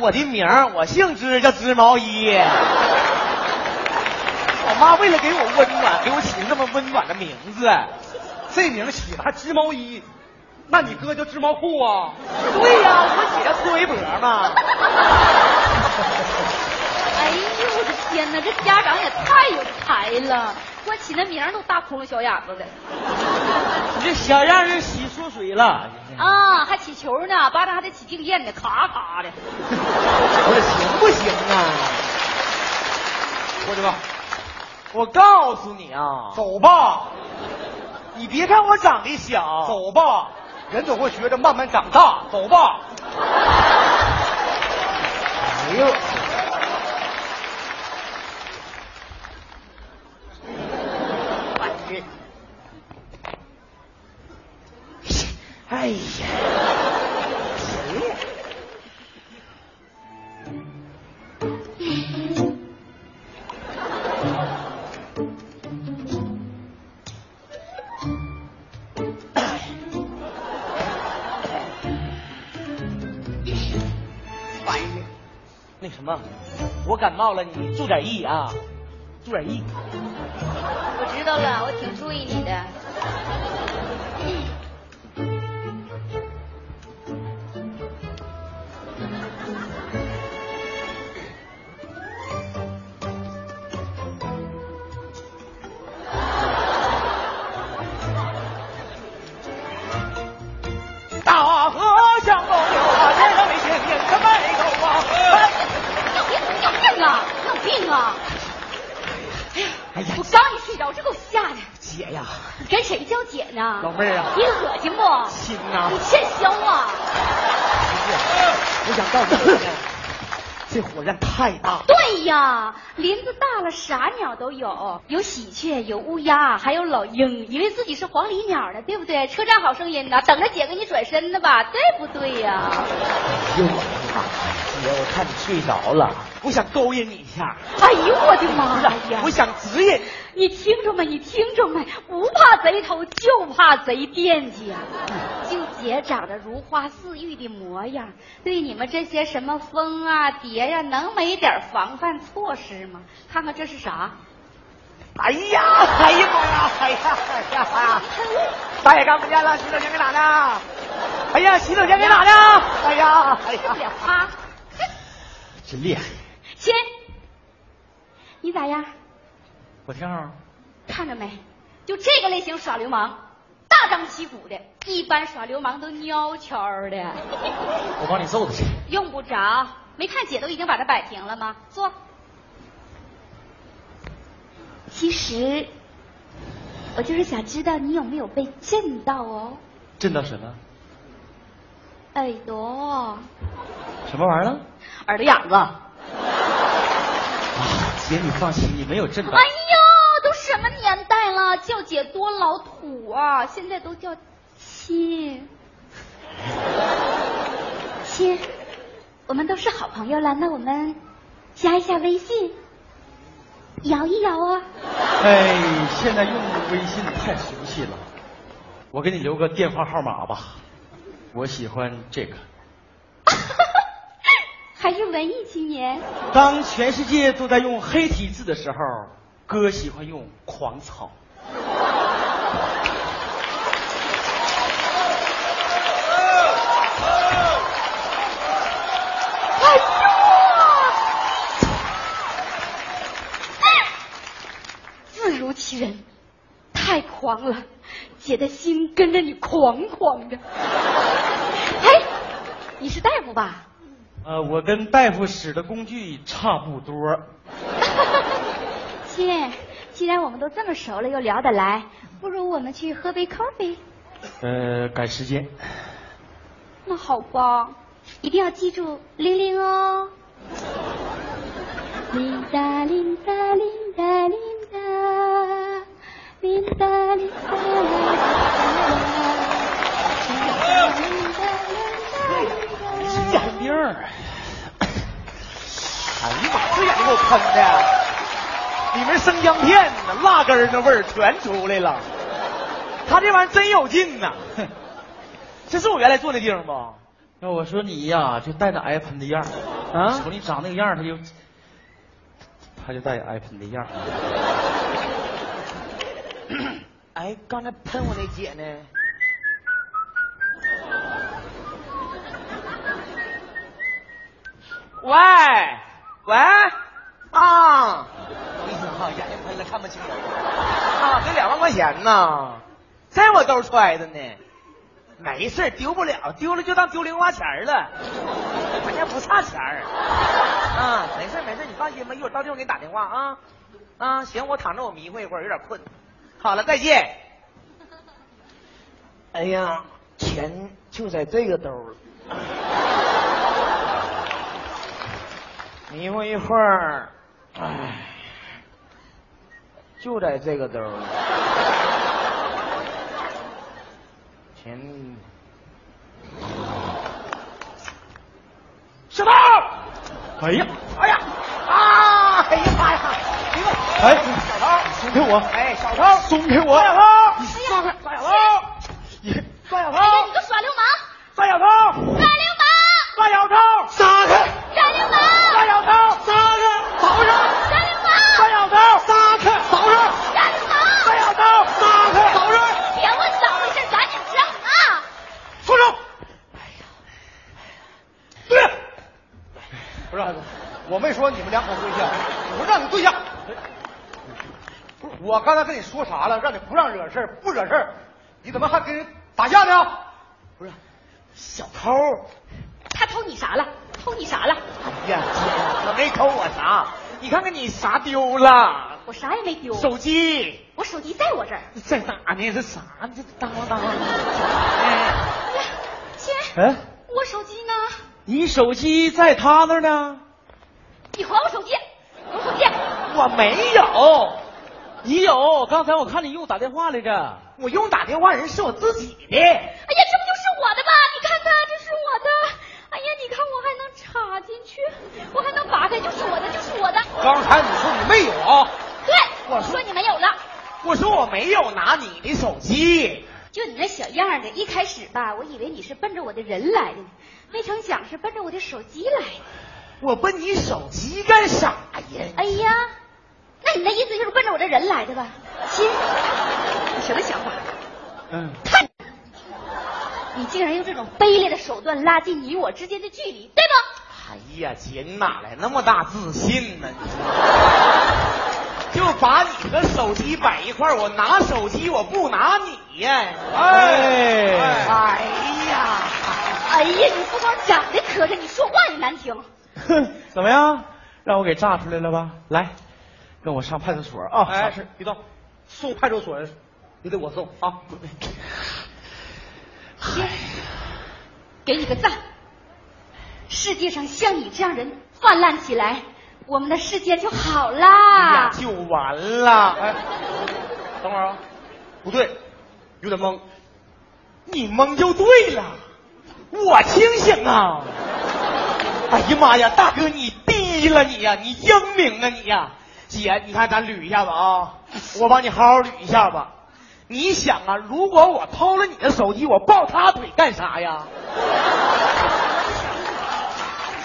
S16: 我的名儿，我姓织，叫织毛 衣。我妈为了给我温暖，给我起这么温暖的名字。
S6: 这名起的还织毛衣，那你哥叫织毛裤啊？
S16: 对呀、我姐叫崔围脖嘛。
S9: 哎呦我的天哪，呢，这家长也太有才了，给我起那名儿都大窟窿小眼巴的。
S6: 你这想让人洗缩水了。
S9: 啊，还起球呢，巴掌还得起静电呢，咔咔的。
S6: 我行不行啊？我的妈！我告诉你啊，走吧，你别看我长得小，走吧，人总会学着慢慢长大，走吧。哎呦，哎呀，谁呀？哎那什么，我感冒了，你注点意啊，注点意。
S9: 我知道了，我挺注意你的。
S6: 大河向东流啊，天上的仙天可白头啊。哎
S9: 你别你有病啊！你有病啊！哎呀，我刚一睡着，这给我吓的。
S6: 姐呀，
S9: 你跟谁叫姐呢？
S6: 老妹儿啊
S9: 你恶心不？
S6: 亲呐
S9: 你欠削啊！
S6: 我想告诉你，这火焰太大。
S9: 对呀，林子大了，啥鸟都有，有喜鹊，有乌鸦，还有老鹰。以为自己是黄鹂鸟呢，对不对？车站好声音呢，等着姐给你转身呢吧，对不对呀？
S6: 哎呦我的妈！姐，我看你睡着了，我想勾引你一下。
S9: 哎呦我的妈
S6: 不
S9: 呀！
S6: 是我想指引。
S9: 你听着没？你听着没？不怕贼偷，就怕贼惦记啊！
S6: 嗯
S9: 就姐长得如花似玉的模样，对你们这些什么蜂啊、蝶呀、能没点防范措施吗？看看这是啥？
S6: 哎 呀，哎呀妈呀，哎呀，哎呀！大爷看不见了，洗手间给哪呢？哎呀，洗手间给哪呢？哎呀，哎
S9: 这
S6: 呀，
S9: 脸趴，
S6: 真厉害！
S9: 亲，你咋样？
S6: 我挺好。
S9: 看着没？就这个类型耍流氓，大张旗鼓的，一般耍流氓都蔫悄的。
S6: 我帮你揍他去。
S9: 用不着，没看姐都已经把它摆平了吗？坐。其实，我就是想知道你有没有被震到哦，
S6: 震到什么？
S9: 耳朵、
S6: 什么玩意儿了？
S9: 耳朵眼子。
S6: 姐，你放心，你没有震到。
S9: 哎呀，都什么年代了，叫姐多老土啊！现在都叫 亲，亲，我们都是好朋友了，那我们加一下微信，摇一摇啊。
S6: 哎，现在用微信太熟悉了，我给你留个电话号码吧。我喜欢这个。
S9: 还是文艺青年。
S6: 当全世界都在用黑体字的时候，哥喜欢用狂草。
S9: 哎呀，字如其人，太狂了，姐的心跟着你狂狂 的。哎，你是大夫吧？
S6: 呃，我跟大夫使的工具差不多。
S9: 亲，既然我们都这么熟了，又聊得来，不如我们去喝杯 coffee。
S6: 呃，赶时间。
S9: 那好吧，一定要记住玲玲 哦。铃哒铃哒铃哒铃哒，铃哒铃哒铃哒铃哒。
S6: 眼病儿。哎呀妈，这眼睛给我喷的，里面生姜片呢，辣根儿那味儿全出来了。他这玩意儿真有劲呐！哼这是我原来做那地方不？
S17: 那我说你呀、就带着挨喷的样儿
S6: 啊
S17: 瞅你长那个样儿，他就他就带着挨喷的样儿
S6: 哎，刚才喷我那姐呢？喂，喂，啊，
S16: 我跟你说哈，眼睛喷了，看不清人
S6: 啊，这两万块钱呢，在我兜揣着呢。没事儿丢不了，丢了就当丢零花钱儿了。我家不差钱儿。啊，没事儿没事儿，你放心吧，一会儿到地方给你打电话啊。啊，行，我躺着我迷糊一会儿，有点困。好了，再见。哎呀，钱就在这个兜儿。迷糊一会儿，唉，就在这个兜儿。钱，小涛，
S16: 哎呀，
S6: 哎呀，啊，哎呀妈呀，你们，
S16: 哎
S6: 小涛，
S16: 松开我
S6: 哎，小涛，
S16: 松开我
S6: 抓小涛，
S16: 你
S6: 松开，抓小涛，
S9: 哎
S6: 抓小涛，
S9: 你个耍流氓！
S6: 抓哎小涛，
S9: 耍流氓！
S6: 抓小涛，
S16: 撒开！
S9: 耍流氓！
S6: 抓小涛，撒开，早上，
S9: 耍流氓！
S6: 抓小涛，撒开，早上，
S9: 耍流氓！
S6: 抓小涛，撒开，早上，
S9: 嫌我早一事，赶紧整啊！
S6: 住手！
S16: 对，不是，啊我没说你们两口子对象，我说让你对象。不是，我刚才跟你说啥了？让你不让惹事儿，不惹事儿，你怎么还跟人打架呢？不是，小偷，
S9: 他偷你啥了？偷你啥了？
S6: 哎呀，姐，我没偷我啥，你看看你啥丢了？
S9: 我啥也没丢。
S6: 手机
S9: 我手机在我这儿。
S6: 在哪呢？这啥？这当当当。
S9: 亲，
S16: 哎，
S9: 我手机呢？
S16: 你手机在他那儿呢？
S9: 你还我手机！还我手机！
S16: 我没有，你有。刚才我看你又打电话来着。
S6: 我用打电话人是我自己的。
S9: 哎呀，这不就是我的吗？你看看，这是我的。哎呀，你看我还能插进去，我还能拔开，就是我的，就是我的。
S16: 刚才你说你没有，啊
S9: 对，我说你没有了。
S6: 我说我没有拿你的手机，
S9: 就你那小样儿的，一开始吧，我以为你是奔着我的人来的呢，没成想是奔着我的手机来的。
S6: 我奔你手机干啥呀？
S9: 哎呀，那你那意思就是奔着我这人来的吧？亲，你什么想法？
S16: 嗯，
S9: 看，你竟然用这种卑劣的手段拉近你我之间的距离，对吗？
S6: 哎呀，姐，你哪来那么大自信呢？你就把你和手机摆一块儿，我拿手机，我不拿你呀！
S16: 哎
S6: 哎呀，
S9: 哎呀，你不光长得磕碜，你说话也难听。
S16: 哼，怎么样？让我给炸出来了吧？来，跟我上派出所啊！
S6: 哎
S16: 啥事别动，送派出所，你得我送啊！
S9: 亲，给你个赞。世界上像你这样人泛滥起来，我们的世界就好
S6: 哎呀
S9: 啦。
S6: 就完了。
S16: 哎，等会儿啊，不对，有点懵。
S6: 你蒙就对了，我清醒啊！哎呀妈呀，大哥你低了你呀、你英明啊你呀、姐，你看咱捋一下子啊，我帮你好好捋一下吧。你想啊，如果我偷了你的手机，我抱他腿干啥呀？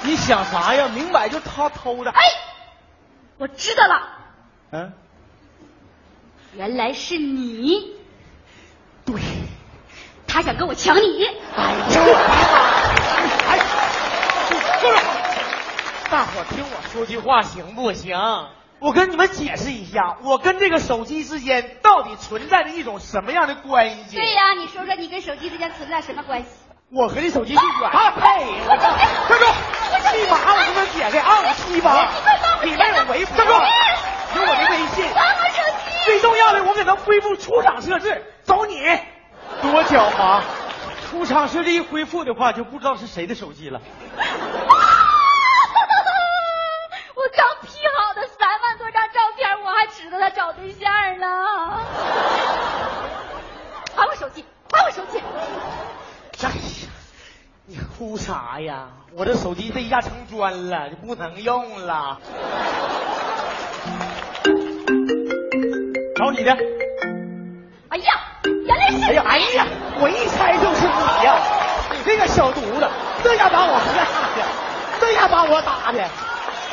S16: 你想啥呀？明摆就他偷的。
S9: 哎，我知道了，
S16: 嗯，
S9: 原来是你，
S6: 对，
S9: 他想跟我抢你。
S6: 哎呀我的妈！哎，住手！ 大伙儿听我说句话行不行？我跟你们解释一下，我跟这个手机之间到底存在着一种什么样的关系？
S9: 对呀、你说说你跟手机之间存在什么关系？
S6: 我和这手机是远。啊呸！我这站住！立马我跟他姐这二七吧，里面有维护。站住！有我的微信。最重要的，我给他恢复出厂设置。走你！
S16: 多狡猾！出厂设置一恢复的话，就不知道是谁的手机了。
S9: 我刚 P 好的三万多张照片，我还指着他找对象呢。还我手机，还我手机！
S6: 哎呀，你哭啥呀？我这手机这一下成砖了，就不能用了。
S16: 找你的，
S9: 哎呀，原来是
S6: 哎呀，哎呀，我一猜就是你呀！你这个小犊子，这下把我吓的，这下把我打的，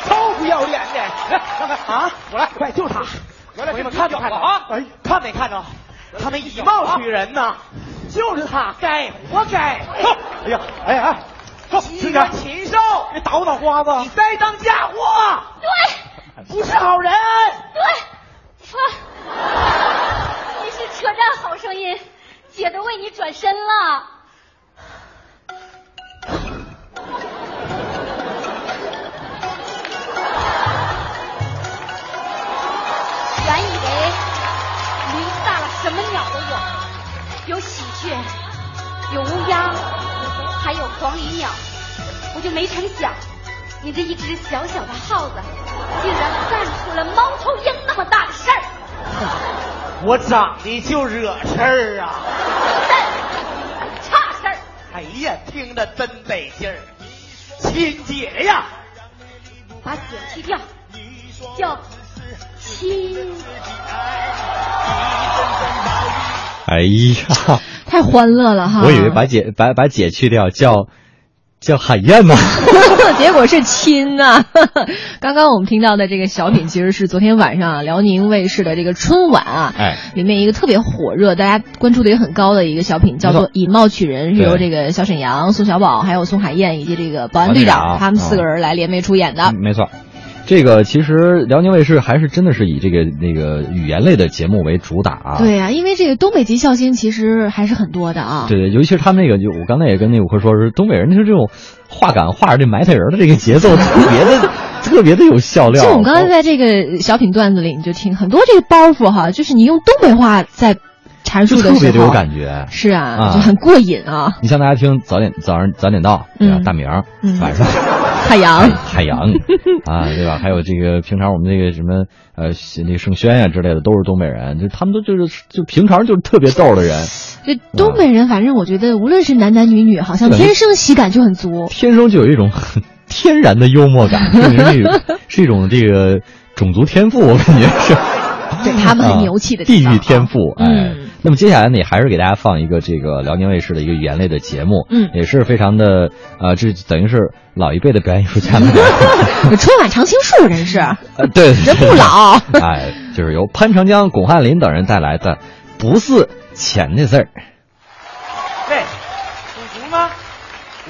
S6: 臭不要脸的！来，看看啊，我来，快就他！
S16: 原来是
S6: 你们看没看着
S16: 啊
S6: 哎，看没看着？他们以貌取人呐，就是他，该活该！
S16: 走。哎呀，哎哎，走，
S6: 你
S16: 听
S6: 个
S16: 着，
S6: 禽兽！
S16: 你打我脑瓜子！
S6: 你栽赃嫁祸！
S9: 对，
S6: 不是好人。
S9: 对，错。你是扯淡好声音，姐都为你转身了。原以为驴大了什么鸟都有，有喜鹊，有乌鸦，还有黄鹂鸟，我就没成想，你这一只小小的耗子，竟然干出了猫头鹰那么大的事儿。
S6: 我长得就惹事儿啊！
S9: 差事儿。
S6: 哎呀，听着真得劲儿，亲姐呀，
S9: 把姐踢掉，叫亲。
S3: 哎呀，
S2: 太欢乐了哈！
S3: 我以为把姐把把姐去掉叫叫海燕呢。
S2: 结果是亲呐、 刚刚我们听到的这个小品，其实是昨天晚上啊辽宁卫视的这个春晚啊，
S3: 哎
S2: 里面一个特别火热，大家关注度也很高的一个小品，叫做
S3: 没
S2: 《以貌取人》，是
S3: 对
S2: 由这个小沈阳、宋小宝还有宋海燕以及这个保
S3: 保安
S2: 安队
S3: 队长嗯
S2: 长他们四个人来联袂出演的。
S3: 没错，这个其实辽宁卫视还是真的是以这个那个语言类的节目为主打啊。
S2: 对呀、因为这个东北籍孝心其实还是很多的啊。
S3: 对对，尤其是他们那个，就我刚才也跟那五科说，是东北人就是这种话赶话这埋汰人的这个节 奏，特别的特别的有笑料。
S2: 就我们刚才在这个小品段子里，你就听很多这个包袱哈，就是你用东北话在阐述
S3: 就
S2: 的
S3: 特
S2: 时候，
S3: 别的有感觉。
S2: 是啊，
S3: 啊
S2: 就很过瘾啊。
S3: 你像大家听早点早上早点到，对吧
S2: 嗯
S3: 大明儿
S2: 嗯
S3: 晚上
S2: 海洋，
S3: 海洋啊，对吧？还有这个平常我们这个什么呃，那个盛轩呀、之类的，都是东北人，就他们都就是就平常就是特别逗的人，
S2: 这东北人，反正我觉得无论是男男女女，好像
S3: 对
S2: 天生喜感就很足。
S3: 天生就有一种天然的幽默 感，是一种是一种这个种族天赋，我感觉是。
S2: 对他们很
S3: 啊
S2: 牛气的地
S3: 地
S2: 方
S3: 域天赋，哎，
S2: 嗯
S3: 那么接下来呢，也还是给大家放一个这个辽宁卫视的一个语言类的节目，
S2: 嗯
S3: 也是非常的，呃，这等于是老一辈的表演艺术家 们，
S2: 春晚常青树人是，
S3: 呃，对，
S2: 人不老，
S3: 哎，就是由潘长江、巩汉林等人带来的，不是钱的事儿，
S6: 哎，你行吗？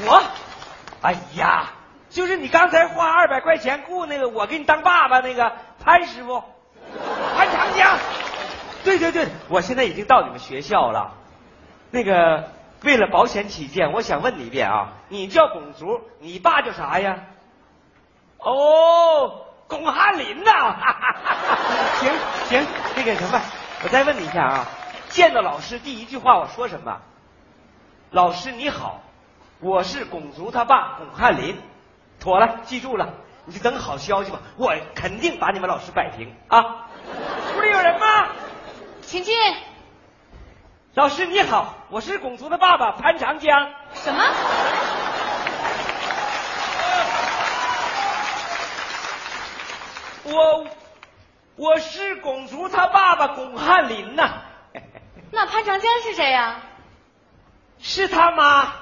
S6: 我，哎呀，就是你刚才花二百块钱雇那个我给你当爸爸那个潘师傅，潘长江。对对对，我现在已经到你们学校了。那个，为了保险起见，我想问你一遍啊，你叫巩竹，你爸叫啥呀？哦，巩汉林呐、行行，那个什么，我再问你一下啊，见到老师第一句话我说什么？老师你好，我是巩族他爸巩汉林，妥了，记住了，你就等好消息吧，我肯定把你们老师摆平啊！屋里有人吗？
S9: 请进。
S6: 老师你好，我是巩族的爸爸潘长江。
S9: 什么？
S6: 我我是巩族他爸爸巩汉林呐、
S9: 那潘长江是谁呀、
S6: 是他妈。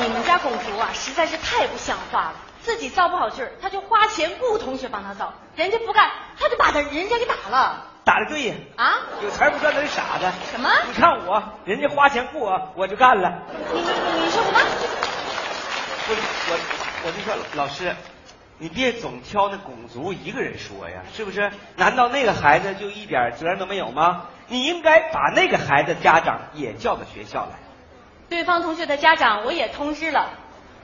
S9: 你们家巩竹啊，实在是太不像话了。自己造不好句儿，他就花钱雇同学帮他造，人家不干，他就把他人家给打了
S6: 打的对呀，
S9: 啊！
S6: 有钱不赚都是傻子。
S9: 什么
S6: 你看我，人家花钱雇我，我就干了。
S9: 你你你说什么？
S6: 不是我，我就说老师，你别总挑那拱族一个人说呀，是不是？难道那个孩子就一点责任都没有吗？你应该把那个孩子家长也叫到学校来。
S9: 对方同学的家长我也通知了，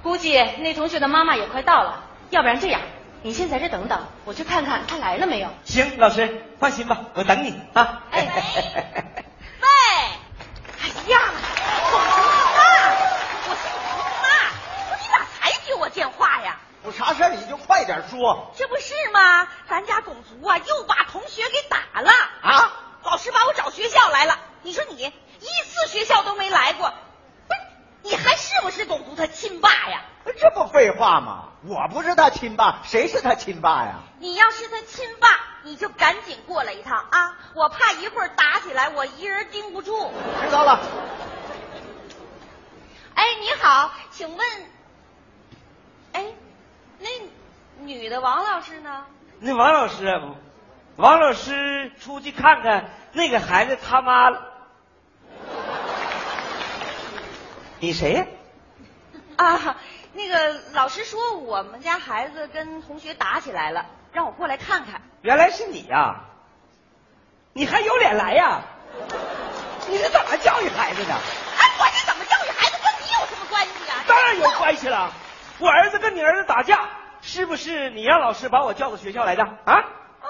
S9: 估计那同学的妈妈也快到了。要不然这样，你先在这等等，我去看看他来了没有。
S6: 行，老师放心吧，我等你啊。
S9: 喂，哎呀，我妈，我妈，我你咋才接我电话呀？
S16: 有啥事儿你就快点说
S9: 这不是吗？咱家拱卒啊，又把同学给打了
S16: 啊！
S9: 老师把我找学校来了，你说你一次学校都没来过，不是你还是不是拱卒他亲爸呀？
S16: 这不废话吗？我不是他亲爸，谁是他亲爸呀？
S9: 你要是他亲爸，你就赶紧过来一趟啊！我怕一会儿打起来，我一人盯不住。
S16: 知道了，
S9: 哎，你好，请问，哎，那女的王老师呢？
S6: 那王老师，王老师出去看看那个孩子他妈。 你谁呀、
S9: 啊，那个老师说我们家孩子跟同学打起来了，让我过来看看。
S6: 原来是你呀、你还有脸来呀？你是怎么教育孩子的？
S9: 哎，我这怎么教育孩子跟你有什么关系啊？
S6: 当然有关系了，我儿子跟你儿子打架，是不是你让老师把我叫到学校来的啊？
S9: 啊！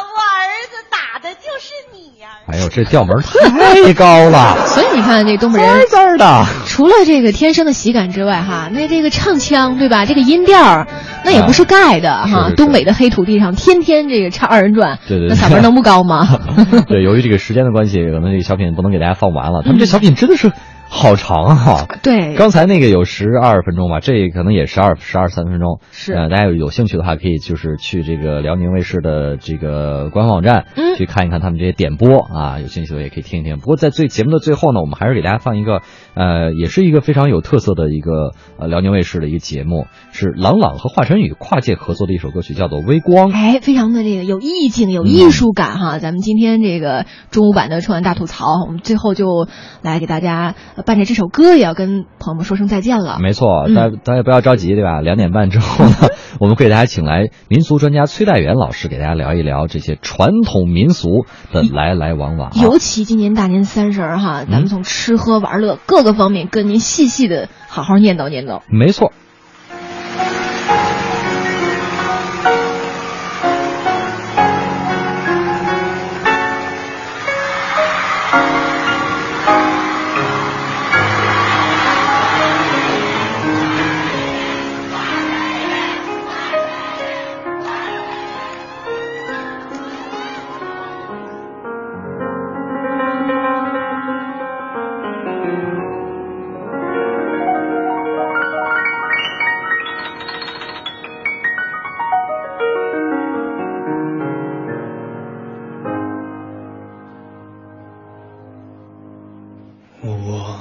S9: 我儿子打的就是你呀、
S3: 哎呦，这调门儿太
S2: 哎
S3: 高了，
S2: 所以你看，这东北人
S3: 在这儿的，
S2: 除了这个天生的喜感之外，哈，那这个唱腔对吧？这个音调儿那也不是盖的、哈。
S3: 啊是是
S2: 东北的黑土地上，天天这个唱二人转，
S3: 对对
S2: 那
S3: 对
S2: 嗓门能不高吗？
S3: 对，由于这个时间的关系，可能这个小品不能给大家放完了。他们这小品真的是好长啊！
S2: 嗯 对
S3: 刚才那个有十二分钟吧，这可能也十二、十二三分钟。
S2: 是
S3: 呃，大家有有兴趣的话，可以就是去这个辽宁卫视的这个官方网站，
S2: 嗯
S3: 去看一看他们这些点播啊。有兴趣的也可以听一听。不过在最节目的最后呢，我们还是给大家放一个，呃，也是一个非常有特色的一个呃辽宁卫视的一个节目，是郎朗和华晨宇跨界合作的一首歌曲，叫做《微光》。嗯
S2: 哎，非常的这个有意境、有艺术感哈。咱们今天这个中午版的春晚大吐槽，我们最后就来给大家呃伴着这首歌，也要跟朋友们说声再见了。
S3: 没错，
S2: 嗯
S3: 大家大家不要着急，对吧？两点半之后呢，我们会给大家请来民俗专家崔代元老师，给大家聊一聊这些传统民俗的来来往往。
S2: 尤其今年大年三十儿哈，咱们从吃喝玩乐各个方面跟您细细的好好念叨念叨。
S3: 没错，
S18: 我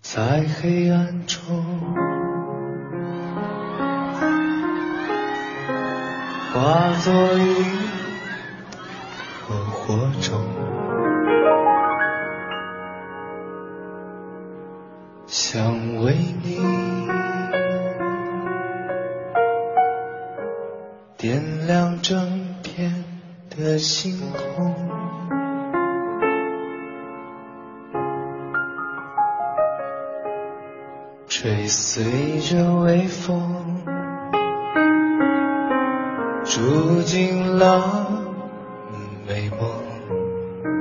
S18: 在黑暗中，化作一团火种，想为你点亮整片的星空。吹随着微风，住进了美梦。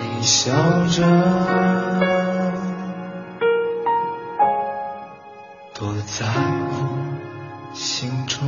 S18: 你笑着，躲在我心中。